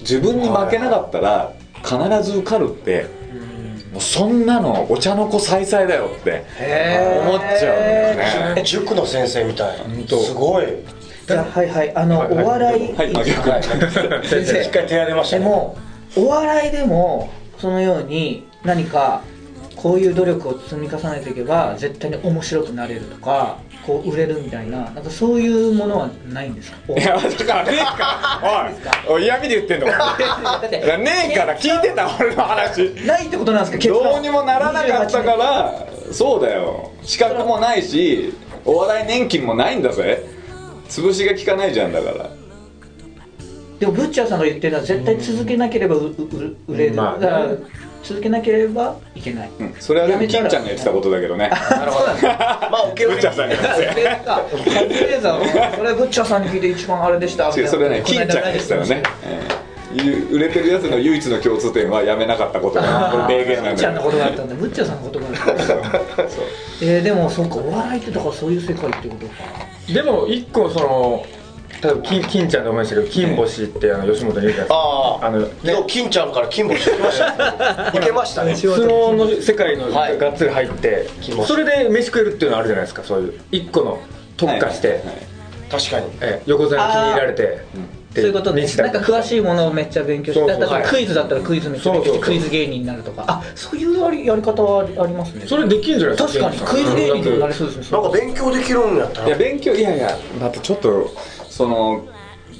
自分に負けなかったら必ず受かるってもうそんなのお茶の子さいさいだよって
へー
思っちゃうんだよね
塾の先生みたいすごい
じゃあはいはいあの、
はいはい
お笑い、
はい真逆
先生
一回手荒れました
で
ね
もお笑いでもそのように何かこういう努力を積み重ねていけば絶対に面白くなれるとかこう売れるみたいななんかそういうものはないんですかお
いやだからねえからおいおい嫌味で言ってんのか
だって
いやねえから聞いてた俺の話
ないってことなんですか結論
どうにもならなかったからそうだよ資格もないしお笑い年金もないんだぜ潰しが効かないじゃんだから
でもブッチャーさんが言ってた絶対続けなければううう売れる、
まあね
だから続けなければいけない、
うんそれはでも
やめた
金
ら
ちゃんが言ってたことだけどね
なるほど
まあ受け
ブ
売
ッ
り
チャーさんが言ってた
それかカズレーザーをそれブッチャーさんに聞いて一番あれでした
違うそれはね金ちゃんでしたよね、ええゆ売れてるやつの唯一の共通点はやめなかったことがこれ名言な
ブ
ん
ッチャ
だ
ーの
よ
ことがあったんだブッチャーさんのことがあったんだ
そう
えー、でもそうかお笑いってだからそういう世界ってことか
でも一個その例えば金金ちゃんで思いましたけど金星ってあの吉本にいるじゃないですか
あ
あのね
あ金ちゃんから金星いけましたねいけましたね
相撲の世界の
はい
がっつり入って、
金星
それで飯食えるっていうのあるじゃないですかそういう一個の特化して、
はい
確かに
ええ横綱に気に入られて
そういうことね
西田
なんか詳しいものをめっちゃ勉強して
そうそう
例えばクイズだったらクイズめっちゃ勉強して
そうそうそ
ク
う
イズ芸人になるとかあそういうやりやり方はありますね
それできるんじゃないです
確
か
かにクイズ芸人になれそうですね
なんか勉強できるんやった
いや
ら
勉強いやいやまたちょっとその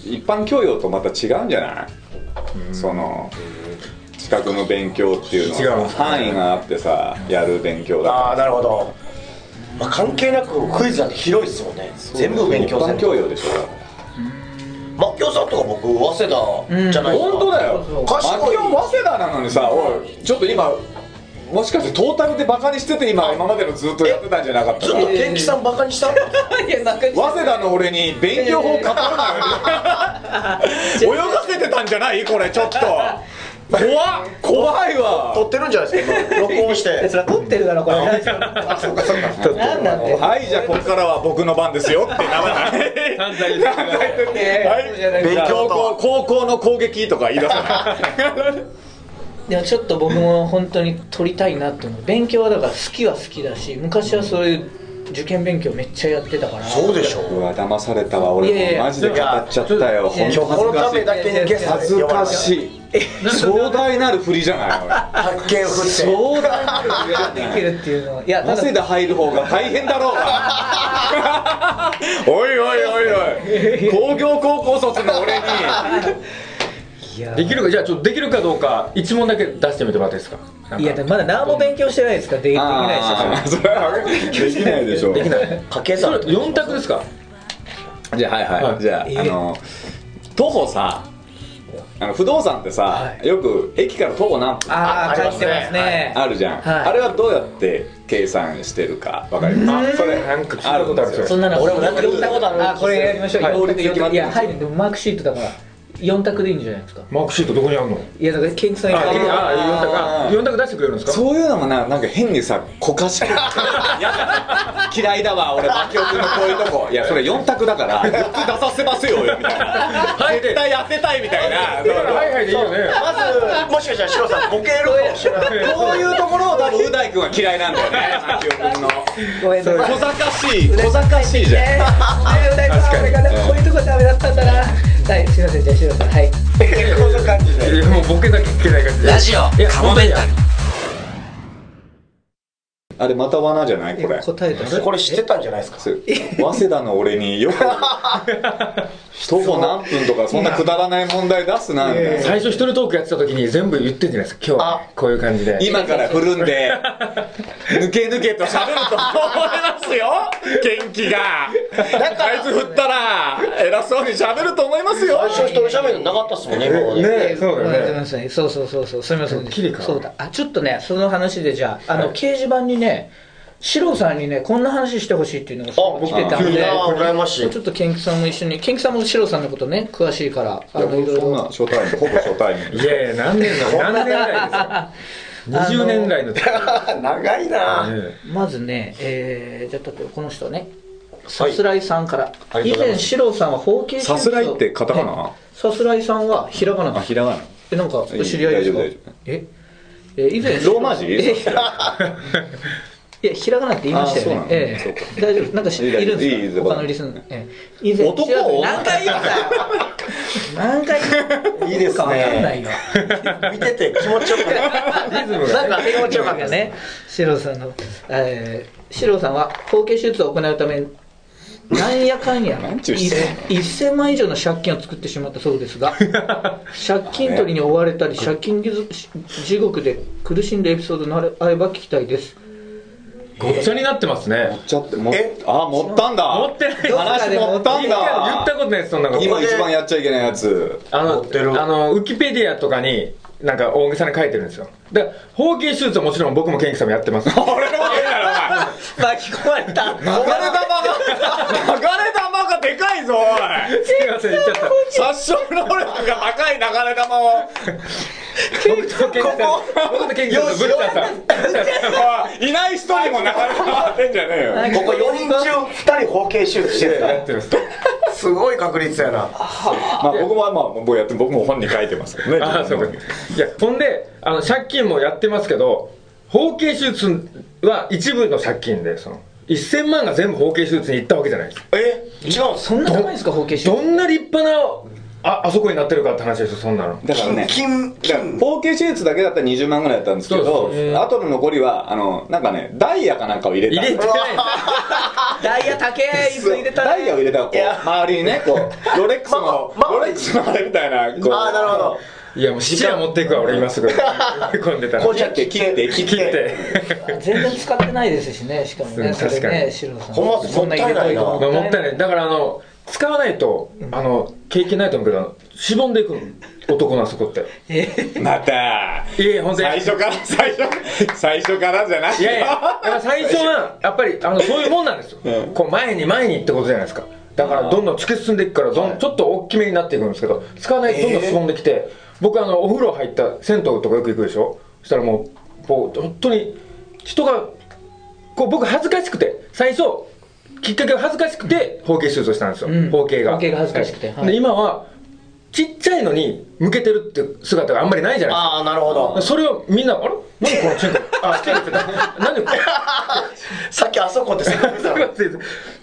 一般教養とまた違うんじゃない、その資格の勉強っていうの
違う
はさ範囲があってさやる勉強だ
ああなるほどまあ関係なくクイズなんて広いですもんね全部勉強
一
せ
般
んと
教養でしょ
マッキョさんとか僕早稲田じゃないですか
本当だよ
そうそう
賢い
松尾早稲田なのにさおいちょっと今もしかしてトータルでバカにしてて今今までのずっとやってたんじゃなかった
ずっ
か
と元気さんバカに し た
いやなんか
早稲田の俺に勉強法語るなよ泳がせてたんじゃないこれちょっと怖っ怖いわ
撮ってるんじゃないですか今録音し
え
て
それ撮ってるだろこれ
あそうかそうか
なんだって
はい、じゃあここからは僕の番ですよってならない。
犯罪ですから
そうじゃない
はい、高校高校の攻撃とか言い出さない。
でもちょっと僕も本当に取りたいなって思う勉強はだから好きは好きだし昔はそういう受験勉強めっちゃやってたから
そうでしょ
うわ騙されたわ、
いやい
俺も
や
マジで語っちゃったよ。
いや
本当
このためだけにゲスト
恥ずかし
い
い。壮大なる振りじゃない。
発見振って
俺壮大なる振りじゃ
で
な
き
い。
るっていうのはいやた
早稲
だ
田入る方が大変だろうが。 おいおいおいおい。工業高校卒の俺に。
いや
できるかじゃあちょっとできるかどうか一問だけ出してみてもらっていいですかなんか
いやだってまだ何も勉強してないですからできない
あーそれはできないでしょ。
できない
掛け
そ
算
れ4択ですか
じゃあはいはい、
はい
じゃあ、
えー
あの徒歩さあの不動産ってさ、
は
よく駅から徒歩何分あ
ああ
あ
感じてますね
るじゃん、
はい
あれはどうやって計算してるかわかりますそれ
なんか聞いたことある
んです
そ
よ
んなの
俺もなんか聞いたことある
あこれやりましょう
はい
四択
法律決まってる
いや入るでもマークシートだから4択でいいんじゃないですか
マークシートどこにあるの
いやだからケンキさん
あ
や
あ
る
4択あ4択出してくれるんですか
そういうのもななんか変にさこか しくやだ嫌いだわ俺マキオ君のこういうとこいやそれ4択だから4つ出させますよよみたいな
はい
絶対当てたいみたいな
はいはいでいいよね
まずもしかしたらシロさんボケるかもしれない
こういうところを多分う大君は嫌いなんだよねマキオ君の
ごめんなさい
小賢しい小賢しいじゃん
えー、うだいさん俺がこういうとこダメだったんだなはいすいませんじゃあシロさんはい
こんな感じで
いやもうボケだけ聞けない感じで
ジオ
いやカモメンタル
あれまた罠じゃないこれ
答えた
これ知ってたんじゃないですか
そう早稲田の俺に よく徒歩何分とかそんなくだらない問題出すなんて
最初一人トークやってた時に全部言ってんじゃないですか今日はこういう感じで
今から振る んで、ぬけぬけと喋ると思いますよ、元気が。あいつ振ったら、偉そうに喋ると思いますよ。
最初一人喋るのなかったっすもんね今まで
ねそうだ
ごめん
よ
な
ね
さいそうそうそうそうすみません
きりか
そうだあちょっとねその話でじゃああの、掲示板にね四郎さんにねこんな話してほしいっていうのがすごい来てたん
い
で
やー羨ましい
ちょっとケンキさんも一緒にケンキさんも四郎さんのことね詳しいからあ
いや
のいろい
そんな
ろ
初対面、ほぼ初対面
い。やいや何年の何年来ですよ20年来の時
長いなぁ
ね
まずね、えー、じゃあ例えばこの人ねさ
はい
すらいさんから、
あり
以
がとうござい
前
ます
四郎さんは包茎手術を
さすらいってカタカナ
ねさすらいさんはひらがな
あ、
です
ひらがな。
えなんかお知り合いですか
大丈夫大丈夫
ええ以前
ローマ字
えいやひらがなって言いましたよね
あそうなの
ええ
そうか
大丈夫なんかしいるん
いいいいい
で
い
すか他のリスナーええ以前
男を
調べ何回言うんだよ何回言う
いいですね
か分かんないよ
見てて気持ちよく ない
リズム
なん
が
か気持ちよかった
が
です
ねシロさんのえーシロさんは包茎手術を行うためなんやかんや
なんちゅう人
1000万以上の借金を作ってしまったそうですが借金取りに追われたり借金地獄で苦しんだエピソードのあれあれば聞きたいです
ごっちゃになってますね
ちょっと、も
え
あ、持ったんだ。
持ってない
話持ったん
言っ
だ
た。ことないですそんなこと
今一番やっちゃいけないやつ。
あ
持ってる
の、あの、ウィキペディアとかに、なんか大げさに書いてるんですよ。で、包茎手術はもちろん僕もケンキさんもやって ます。
俺のこと言うなよ、
巻き込まれた
お前。流れ玉が、流れ玉がでかいぞ、おい。
すいません、言っちゃった。
殺傷能力が高い流れ玉を。
僕とケンキさん、僕とケンキさんとブッチャーさん。
おいいない人にも流れ玉当てんじゃねえよ。
ここ4人中2人包茎手術してるか
や
ら
ってるんです
すごい確率やな
まあ、僕も、まあ、僕やって、僕も本に書いてますけどね。
ああ、そうか。いや、ほんで、あの、借金もやってますけど、包茎手術は一部の借金で、その、1000万が全部包茎手術に行ったわけじゃないです。
え違うんす
そんな高いんですか包茎手
ど
術
んな立派な、あ、あそこになってるかって話ですよ、そんなの。
だからね。
金
だから包茎手術だけだったら20万ぐらいだったんですけ
そう
ど
ですね
あとの残りはあのなんかねダイヤかなんかを入れ
入
た
れてない
ダイヤ高え椅子入れた
ダイヤを入れたこう
いや
周りにねこうロレックスの
まあまあ
ロレックスのあれみたいなこう
ああなるほど
いや、もう、死者持っていくわ、俺今すぐ。込んでたら。
こう
切って切って切っ
切ってて。
全然使ってないですしねしかもね
うん
それ
確か
ね
に
シロさん
ほんまっす
そんな入れといて
も
まあ、も
も
っ
った
た
いな
いないいだからあの使わないと、あの経験ないと思うけどしぼんでいくの男のあそこって
え
また
いやいや本当に
最初から最初最初からじゃない
いやいややっぱ最初はやっぱりあのそういうもんなんですよ、
うん
こう前に前にってことじゃないですかだからどんどん突き進んでいくからどんちょっと大きめになっていくんですけど使わないとどんどんしぼんできて、僕あのお風呂入った銭湯とかよく行くでしょそしたらもうこう本当に人がこう僕恥ずかしくて最初きっかけが恥ずかしくて包茎手術をしたんですよ、
うん
包茎が
包茎が恥ずかしくて
はい
はい
で今はちっちゃいのに向けてるっていう姿があんまりないじゃないですか
ああなるほど
それをみんな、あれ何このチェンコあ、チェンコって何でこ
さっきあそこってさっき言ってたの
れ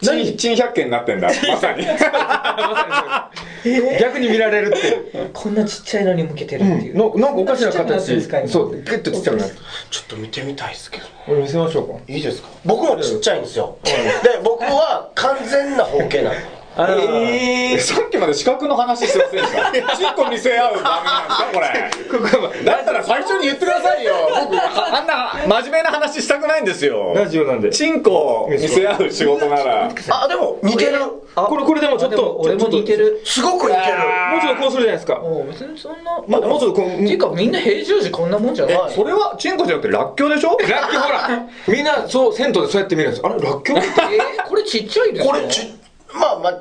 何珍百景になってんだまさに
何逆に見られるっていう
こんなちっちゃいのに向けてるっていう
のなんかおかしな
ちっちゃくなってるんですか
形
今
そう、ギュッとちっちゃくなって
ちょっと見てみたいですけど
これ見せましょうか
いいですか僕もちっちゃいんですよで僕は完全な包茎なの
あら
えーさっきまで資格の話してませんでしたチンコ見せ合う番組なんですかこれだったら最初に言ってくださいよ僕あんな真面目な話したくないんですよ
ラジオなんで
チンコを見せ合う仕事なら
あでも似てる
あ
これこれでもちょっ
あ
と
でも俺も似てる
すごく似てる
もうちょっとこうするじゃないですか
もう別にそんな
まだもうちょっとこう
っていうかみんな平常時こんなもんじゃない
え
それはチンコじゃなくてらっきょうでしょ
ラッキーほらみんなそう銭湯でそうやって見るんですあれラッキョウ
えーこれちっちゃいですか
これちまあまあ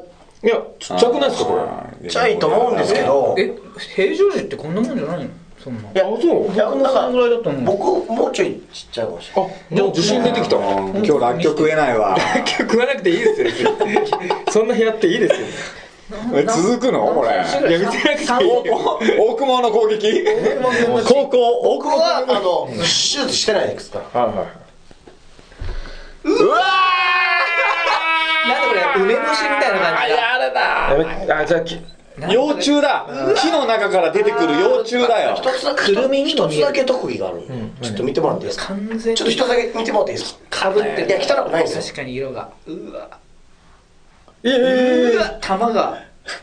いやちっちゃくないですかこれあ
ちっちゃいと思うんですけどい
え平常時ってこんなもんじゃないのそんな
や
そう
いや
僕もそんぐらいだと思う
僕もうちょいちっちゃいかもしれない
もう自信出てきたわ
今日らっきょう食えないわ
食わなくていいですよ別 にそんな部屋っていいですよ
え続くのこれ
いや見てなくていいよ
大久保の攻撃
高校大久保はあの手術してないですから
はいはいはいう
わ
なんでこれ梅干しみたいな感じだ
やだ
やめあじゃあき
幼虫だ木の中から出てくる幼虫だよ
一つだけ
くるみにも見え
一
る
つだけ特技がある、ちょっと見てもらっていいですか
完全に
ちょっと一つだけ見てもらっていいですか
かぶって
いや汚くないです
確
よ
かに色がうわ
え
う
え
わ玉が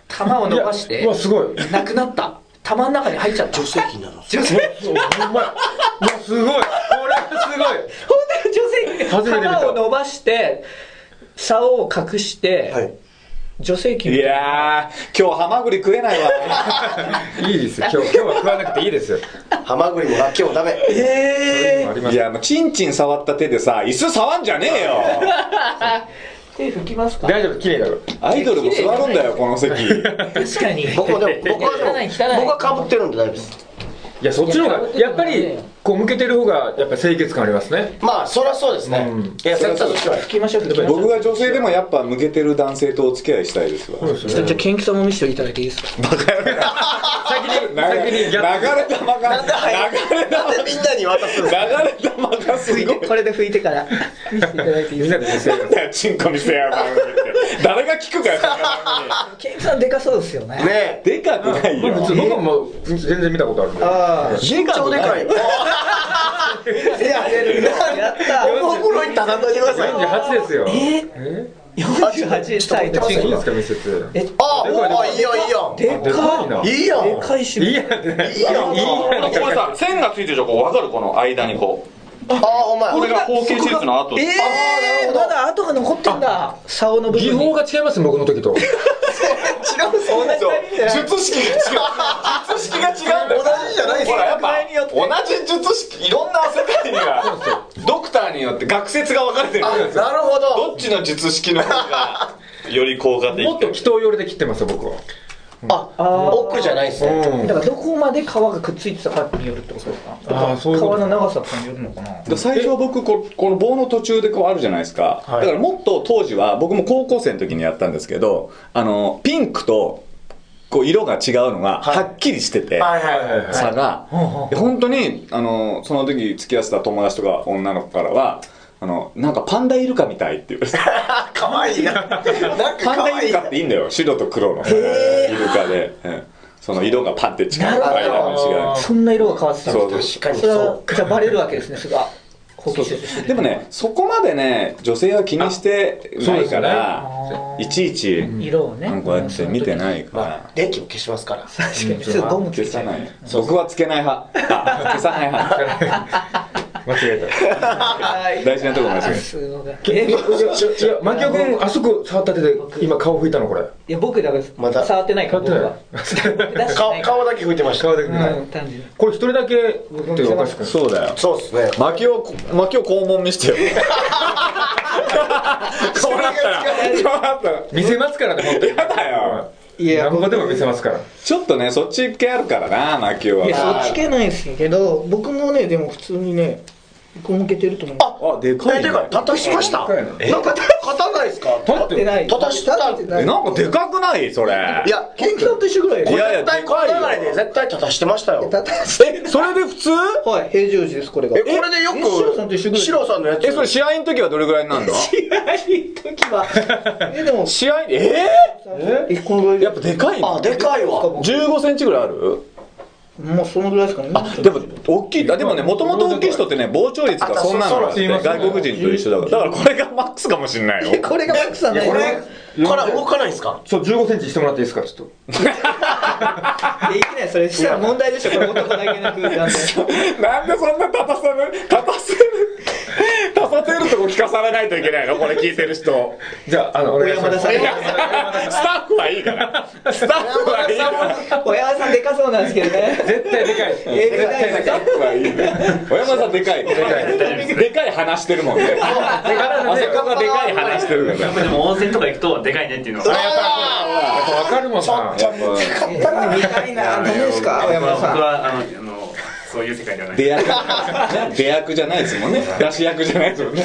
玉を伸ばし
い
て
やうわすごい
なくなった玉の中に入っちゃった
女性器なの
女性
おほんまやいやすごいこれは
本当に女性
初めて見た
玉を伸ばして竿を隠して、
はい
女性器
いやー今日ハマグリ食えない わ
すごいいいですよ今日今日は食わなくていいですよ
ハマグリもら今日ダメ
え
ありま
ー、
す
いやもうチンチン触った手でさ椅子触んじゃねえよ
手拭きますか
大丈夫綺麗だから
アイドルも座るんだよこの 席
確かに
僕はでも僕はでも
汚い汚い
僕はかぶってるんで大丈夫です
いやそっちの方が
いや
やっぱりこう向けてる方がやっぱ清潔感ありますね
まあそりゃそうですね、
うん
いやそりゃそうですよ
拭きましょう拭きましょう
僕が女性でもやっぱ向けてる男性とお付き合いしたいですわ
そうです
ちょ
よ
っと
ね
じゃあケンキさんも見せていただいていいですか
先に
流
先
れ
にギャップ
たまが流れた
なんでみんなに渡すんですか
流れたまがすぎる
これで拭いてから見せていただいていいで
み
す
んな
か
で見せよう
だよチンコ見せや番組って誰が聞くかよそんな番
ケンキさんでかそうですよね
ねえ
組でかくない
まあ普通
よ
僕も全然見たことあるんで
ああ
身長でか
い
い
ややった
おもろいって話してください
48ですよ
えー48歳の
いいですか見せて
え
ああいいよいいよ
で
でかい
か
ない
いよ
でかいし
いいやね
いいよ
これさ線がついてるじゃんこう分かるこの間にこう
ああお前
これが包茎手術の後
ええー、まだ跡が残ってんだ竿の部
技
分
法
に
が違います僕の時 と
違うそうですよ
術式が違う術式が違うんだよ
同じじゃないです
ほ
よ
らやっぱ同じ術式いろんな世界がドクターによって学説が分かれてるんですよ
なるほど
どっちの術式の方がより効果的
もっと祈祷寄りで切ってますよ僕は
あ奥じゃないですね
だからどこまで皮がくっついてたかによるってことですか
ああそういう
皮
こと
の長さとかによるのかな
で最初は僕ここの棒の途中でこうあるじゃないですか、
はい
だからもっと当時は僕も高校生の時にやったんですけどあのピンクとこう色が違うのが
はい
はっきりしてて、
はいはいはい
差が、で本当にあのその時付き合ってた友達とか女の子からはあのなんかパンダイルカみたいって言われて
かわいいななんか
パ
か
ンダ
わ
イ
い
ル
い
カっていいんだよ白と黒のイルカで、うんその色がパンって近
な
い
る
間に
ほど
違う
そんな色が変わってたんですか
確か
そう
に
それ
そ
は
う
じゃあバレるわけですねすぐあ放棄してて
でもねそこまでね女性は気にしてないから、
あ
いちいち、
色をね
なんかこうやって見てないか
まあ
ら。
電気も消しますから
確かにすぐゴムつ
消
けちゃ
さ
う
ない。僕はつけない派。あ消さない派。
間違え
大事なとこ間違えた
すごい
たいやいやマキオ君あそこ触った手で今顔拭いたのこれ
いや僕だから
また
触ってないか
触
ら
って
僕は
ない
出してな
顔
いから
顔だけ拭いてました
顔で拭いてない
うん単純に
これ一人だけっていうのおかしくない
そうだよ。
そうですね
薪を、薪を肛門見してよ。こうなったら。こうなったら。
見せますからね本当に
やだよ。
いや
何ぼでも見せますから
ちょっとね、そっち系あるからな、薪を。
いやそっち系ないですけど僕もねでも普通にねこう向けてると思う
あ
あ、でか
え
い、ね
て。か立たしました
でかいの
なんか立たないですか
立って
ない
立たしたい
え、なんかでかくないそれ。
い、や
ケンキさんと一緒ぐらいです
いやいや
絶対
で
こ
かいよ
の流れで絶対立たしてましたよ
立たして
それで普通
はい平常時ですこれが
えこれでよ
えシロさんと
く
一緒ぐらい
シロさんのやつ
え、それ試合の時はどれぐらいになるの
試合の時はえでも
試合、え
えこのぐらい
ー、やっぱでかい
あ
の
でかいわ
15センチぐらいある
もうそのぐらいですかね
あでも大きいあでもねもともと大きい人ってね膨張率がそんなのがあって
あそうそう
外国人と一緒だからだからこれがマックスかもしんないよ
これがマックスなんだよ
これから動かないんですか
そう15センチしてもらっていいですかちょっ
できないそれしたら問題でしょこれ男だけの空間で
なんでそんな立たせる立たせる立たせるとこ聞かされないといけないのこれ聞いてる人
とじゃああのお願いし
小山田
ます
さん
スタッフはいいからスタッフはいいから
小山田さんでかそうなんですけどね
絶対でかい
えぐないですか
小山さんでかいでかい話してるもんねあそこがでかい話してるか
や
ら
っぱでも温泉とか行くとでかいねっていうのは
やっぱ分かるもんな
買ったら見たいな何ですか小山田
僕
さん
はあのあのそういう世界ではない
出役出役じゃないですもんね出し役じゃないですもんね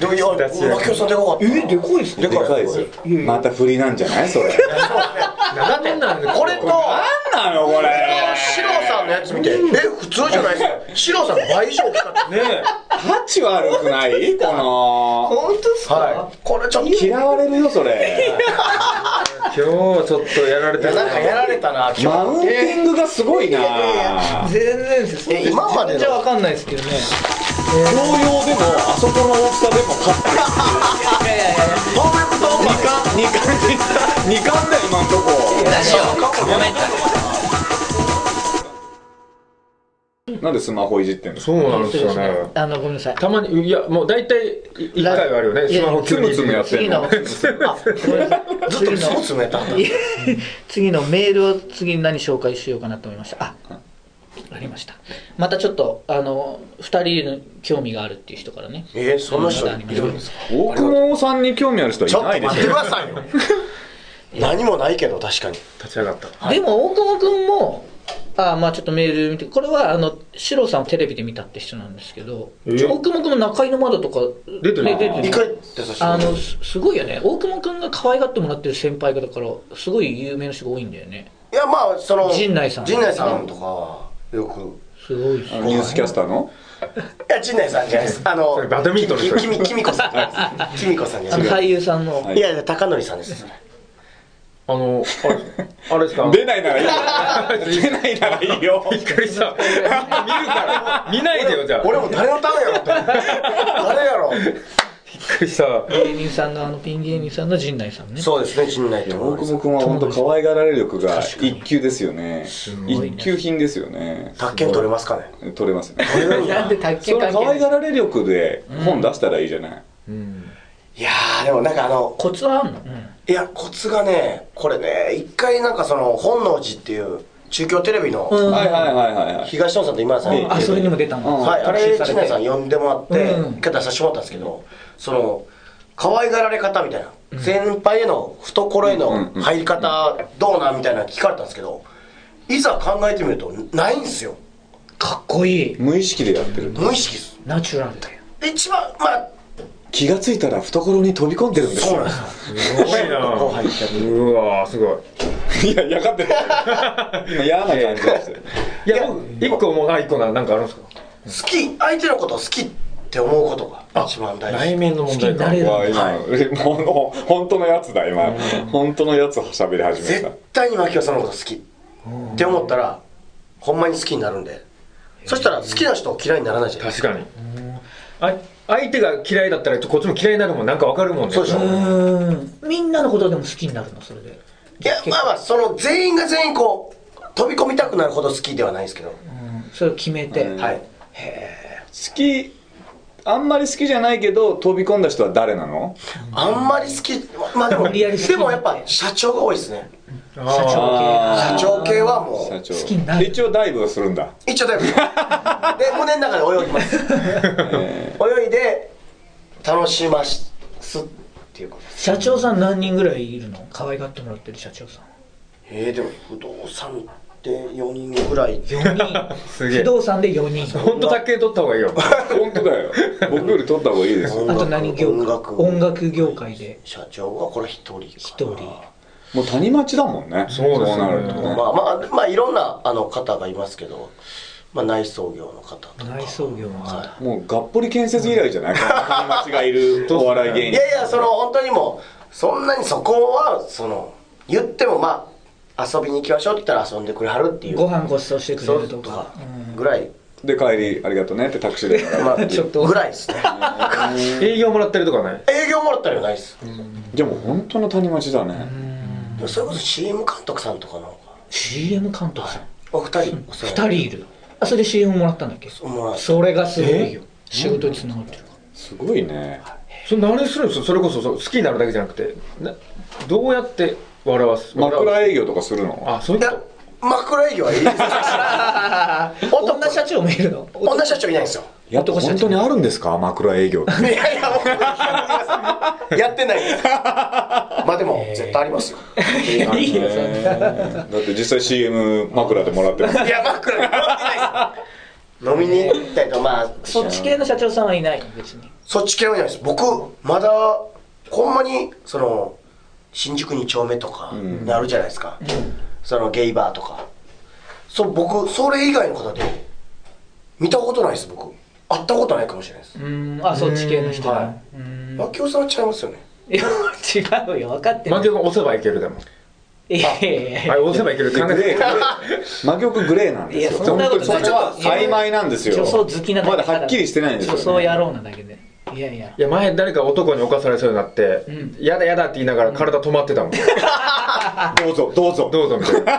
でもいやマキオさんでかかった
えでかいですね
でかいですよ。また振りなんじゃないそれ。
これと
なんなのこれ。
シロさんのやつ見てえ普通じゃないですかシロさんの倍以上大きかった
ねえ
タチ悪くないこの。
本当ですか
これちょっと
嫌われるよそれ。
日ちょっとやられて
や
る
なんかやられたな今
マウンティングがすごいな
全然です
え今までの
じゃわかんないですけどね
教養でもあそこの大きさでも勝ってる
いやいやいや
二冠二冠二冠だよ今んとこ
ラジオカモメンタル
なんでスマホいじってんの
そうなんですよね
あのごめんなさい
たまにいやもう大体1回はあるよねスマホ急に
つむつむやってん
次
の
のあごめんなさい
ずっとそう詰めたんだ
いや 次のメールを次に何紹介しようかなと思いましたあありましたまたちょっとあの2人の興味があるっていう人からね
えー、そんな人いるんですか
大久保さんに興味ある人
ちょ
はい
っ
ない
と
で
待
し
ってく
ょ
ださいよ何もないけど確かに
立ち上がった
でも大久保君もあまあちょっとメール見てこれはあのシロさんをテレビで見たって人なんですけど、
え
ちょ大久保君も中井の窓とか
出てる
ね出て
一
る
回ってさ
あのすすごいよね大久保君が可愛がってもらってる先輩がだからすごい有名な人が多いんだよね
いやまあその
陣内さん
陣内さんとかはよく
すごいです
あのニュースキャスターの
いや陣内さんじゃないですあの
それバドミントンの人
きききみこさんじゃないですきみこさんじゃ
あの
ないです
俳優さんの、
はい
いやいや高典さんですそれ
あのあれあれですか
出ないならいいよ出ないならいいよ
びっくりした見るから見ないでよじゃあ
俺も誰のためやろって誰やろ
びっくりした
芸人さんのあのピン芸人さんの陣内さんね
そうですね陣内と
大久保君は本当可愛がられ力が一級ですよね
ごいね
一級品ですよね
宅建取れますか ね
取れますね
取れるんや
なんで卓球
その
関
可
係
愛
ない
がられ力で本出したらいいじゃない
いやーでもなんかあの
コツはあんの、
いやコツがねこれね一回なんかその本能寺っていう中京テレビの
はいはいはいはいはい
東野さんと今田さん
うん
あそれにも出たの、
うん
はい、あ
特
れ、
集さ
知
れて
念さん呼んでもらって、
うん
一回出させてもらったんですけど、その、可愛がられ方みたいな、先輩への懐への入り方どうなんみたいなの聞かれたんですけど、いざ考えてみると、ないんですよ。
かっこいい
無意識でやってる
無意識です。
ナチュラルだよ
一番、まあ、
気がついたら懐に飛び込んでるんです
そう
よ
なんです
すごいな
後輩って
うわーすごい
いや、やがって今、嫌な感じですよ。
いや僕一個もうあ一個ななんかあるんですか
よ。好き、相手のことを好きって思うことが一番大
内
事。
面の問題
好きになれる
か
わあ、今、もうもう本当のやつだ、今。本当のやつを喋り始めた
絶。対に槙尾さんのこと好きって思ったら、ほんまに好きになるんで。そしたら好きな人を嫌いにならないじゃないですか
確かにあ相手が嫌いだったらこっちも嫌いになるもんなんかわかるもんね
そうでしょ
うんみんなのことでも好きになるのそれで
いやまあまあその全員が全員こう飛び込みたくなるほど好きではないですけど、
それを決めて、
うん
はい
好き、あんまり好きじゃないけど、飛び込んだ人は誰なの
あんまり好きまあでも
無理やり好き
でもやっぱ社長が多いですね
社
社長
あ
社
ー
長系はも
社
う
長。
好きになる
一応ダイブをするんだ。
一応だいぶで胸の中で泳ぎ ます泳いで楽しますっていうことです
系社長さん何人ぐらいいるの可愛がってもらってる社長さん
えー、でも不動産って4人ぐらい
4
す
人
げえ
不動産で4人
本当卓球取った方がいいよ
本当だよ。僕より取った方がいいですよ。
あと何業界
音楽
音楽業界で
社長はこれ一人かな一
人
もう谷町だもんね。
そうですね
なるとね。
まあまあまあいろんなあの方がいますけど、まあ、内装業の方とか
内装業の方、
は
もう、がっぽり建設以来じゃない谷町がいるお笑い芸
い
人
や。いやその本当にもうそんなにそこはその言ってもまあ遊びに行きましょうって言ったら遊んでくれはるっていう
ご飯ごちそうしてくれると
と
か
かぐらい、
で、帰り、ありがとうねってタクシーで。
まあ
ちょっと
ぐらい ですね
営業もらってるとかね
営業もらったりはないです、
じゃあもう本当の谷町だね。
でもそれこそ CM 監督さんとかの
CM 監督さん
お二人お世
2
話
人いるあそれで CM もらったんだっけ
もらう
それがすごいよ仕事につながってるから
すごいね。
それ何するんですかそれこそそう好きになるだけじゃなくてなどうやって笑わす笑わ
枕営業とかするの
あそうい
いう
こ
や枕営業はいいです
女社長もいるの
女社長いないんですよ
やっぱ本当にあるんですか枕営業って
いやいやもう やってないですまあでも絶対ありますよ
いいよそんな
だって実際 CM 枕でもらってます
いや枕持ってないです飲みに行ったりとかまあ
そっち系の社長さんはいない別に
そっち系はいないです僕まだほんまにその新宿2丁目とかあるじゃないですか、そのゲイバーとかそ僕それ以外の方で見たことないです僕会ったことないかもしれないです
うんあそっち系の人
はい槙尾さんは違いますよね
いや違うよ分かって
とマ
る
キオさん押せばいけるでも
いやいやいや
あれ押せばいける
グレー真逆グレーなん
い
で
や
すよ
そんなこと
本当にそれは曖昧なんですよ
女装好きなだけ
まだはっきりしてないんですよ、
女装野郎なだけでいやいや
いや前誰か男に侵されそうになって「やだやだ」って言いながら体止まってたもん
どうぞどう ぞ
どうぞみたいな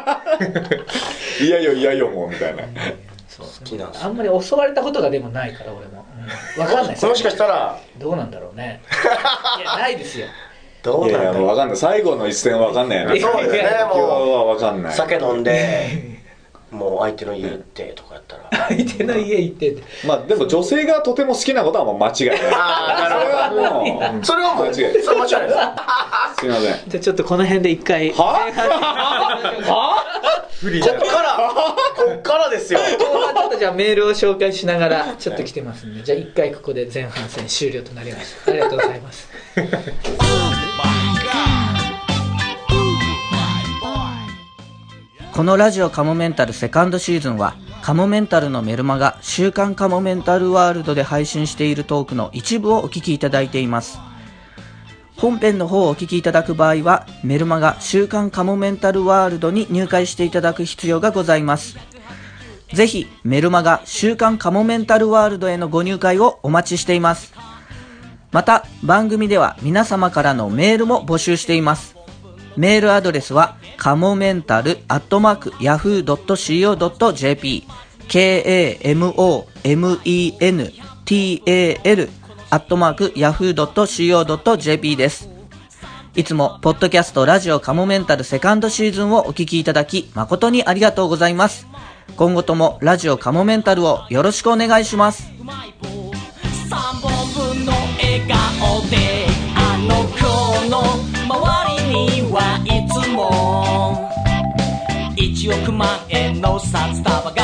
い
やいやいやいやもうみたいな
好きなんです
あんまり襲われたことがでもないから俺も、うん、分かんない です
もしかしたら
どうなんだろうねいやないですよ
どう
い
なん
やい
だ
やもう
ろ
分かんない最後の一戦分かんないよね
いや
今
うそうですね
日
も
は分かん
う
ない
酒飲んでもう相手の家行ってとかやったら
相手の家行ってって
まあでも女性がとても好きなことはもう間違いないそれ
あ
はもう
それはもうそ
間違
れ
いない
は間違いないです
すいませ
じ
ん
ゃあちょっとこの辺で一回
不利じゃん
こっからですよ
後半ちょっとじゃあメールを紹介しながらちょっと来てますんで、じゃあ一回ここで前半戦終了となりました。ありがとうございます。
このラジオカモメンタルセカンドシーズンは、カモメンタルのメルマガ、週刊カモメンタルワールドで配信しているトークの一部をお聞きいただいています。本編の方をお聞きいただく場合は、メルマガ、週刊カモメンタルワールドに入会していただく必要がございます。ぜひ、メルマガ、週刊カモメンタルワールドへのご入会をお待ちしています。また、番組では皆様からのメールも募集しています。メールアドレスは、かもめんたる、アットマーク、ヤフー .co.jp、k-a-m-o-m-e-n-t-a-l、アットマーク、ヤフー .co.jp です。いつも、ポッドキャストラジオカモメンタルセカンドシーズンをお聞きいただき、誠にありがとうございます。今後とも、ラジオカモメンタルをよろしくお願いします。
うまい棒3本分の笑顔であの子の周りにはいつも1億万円の札束が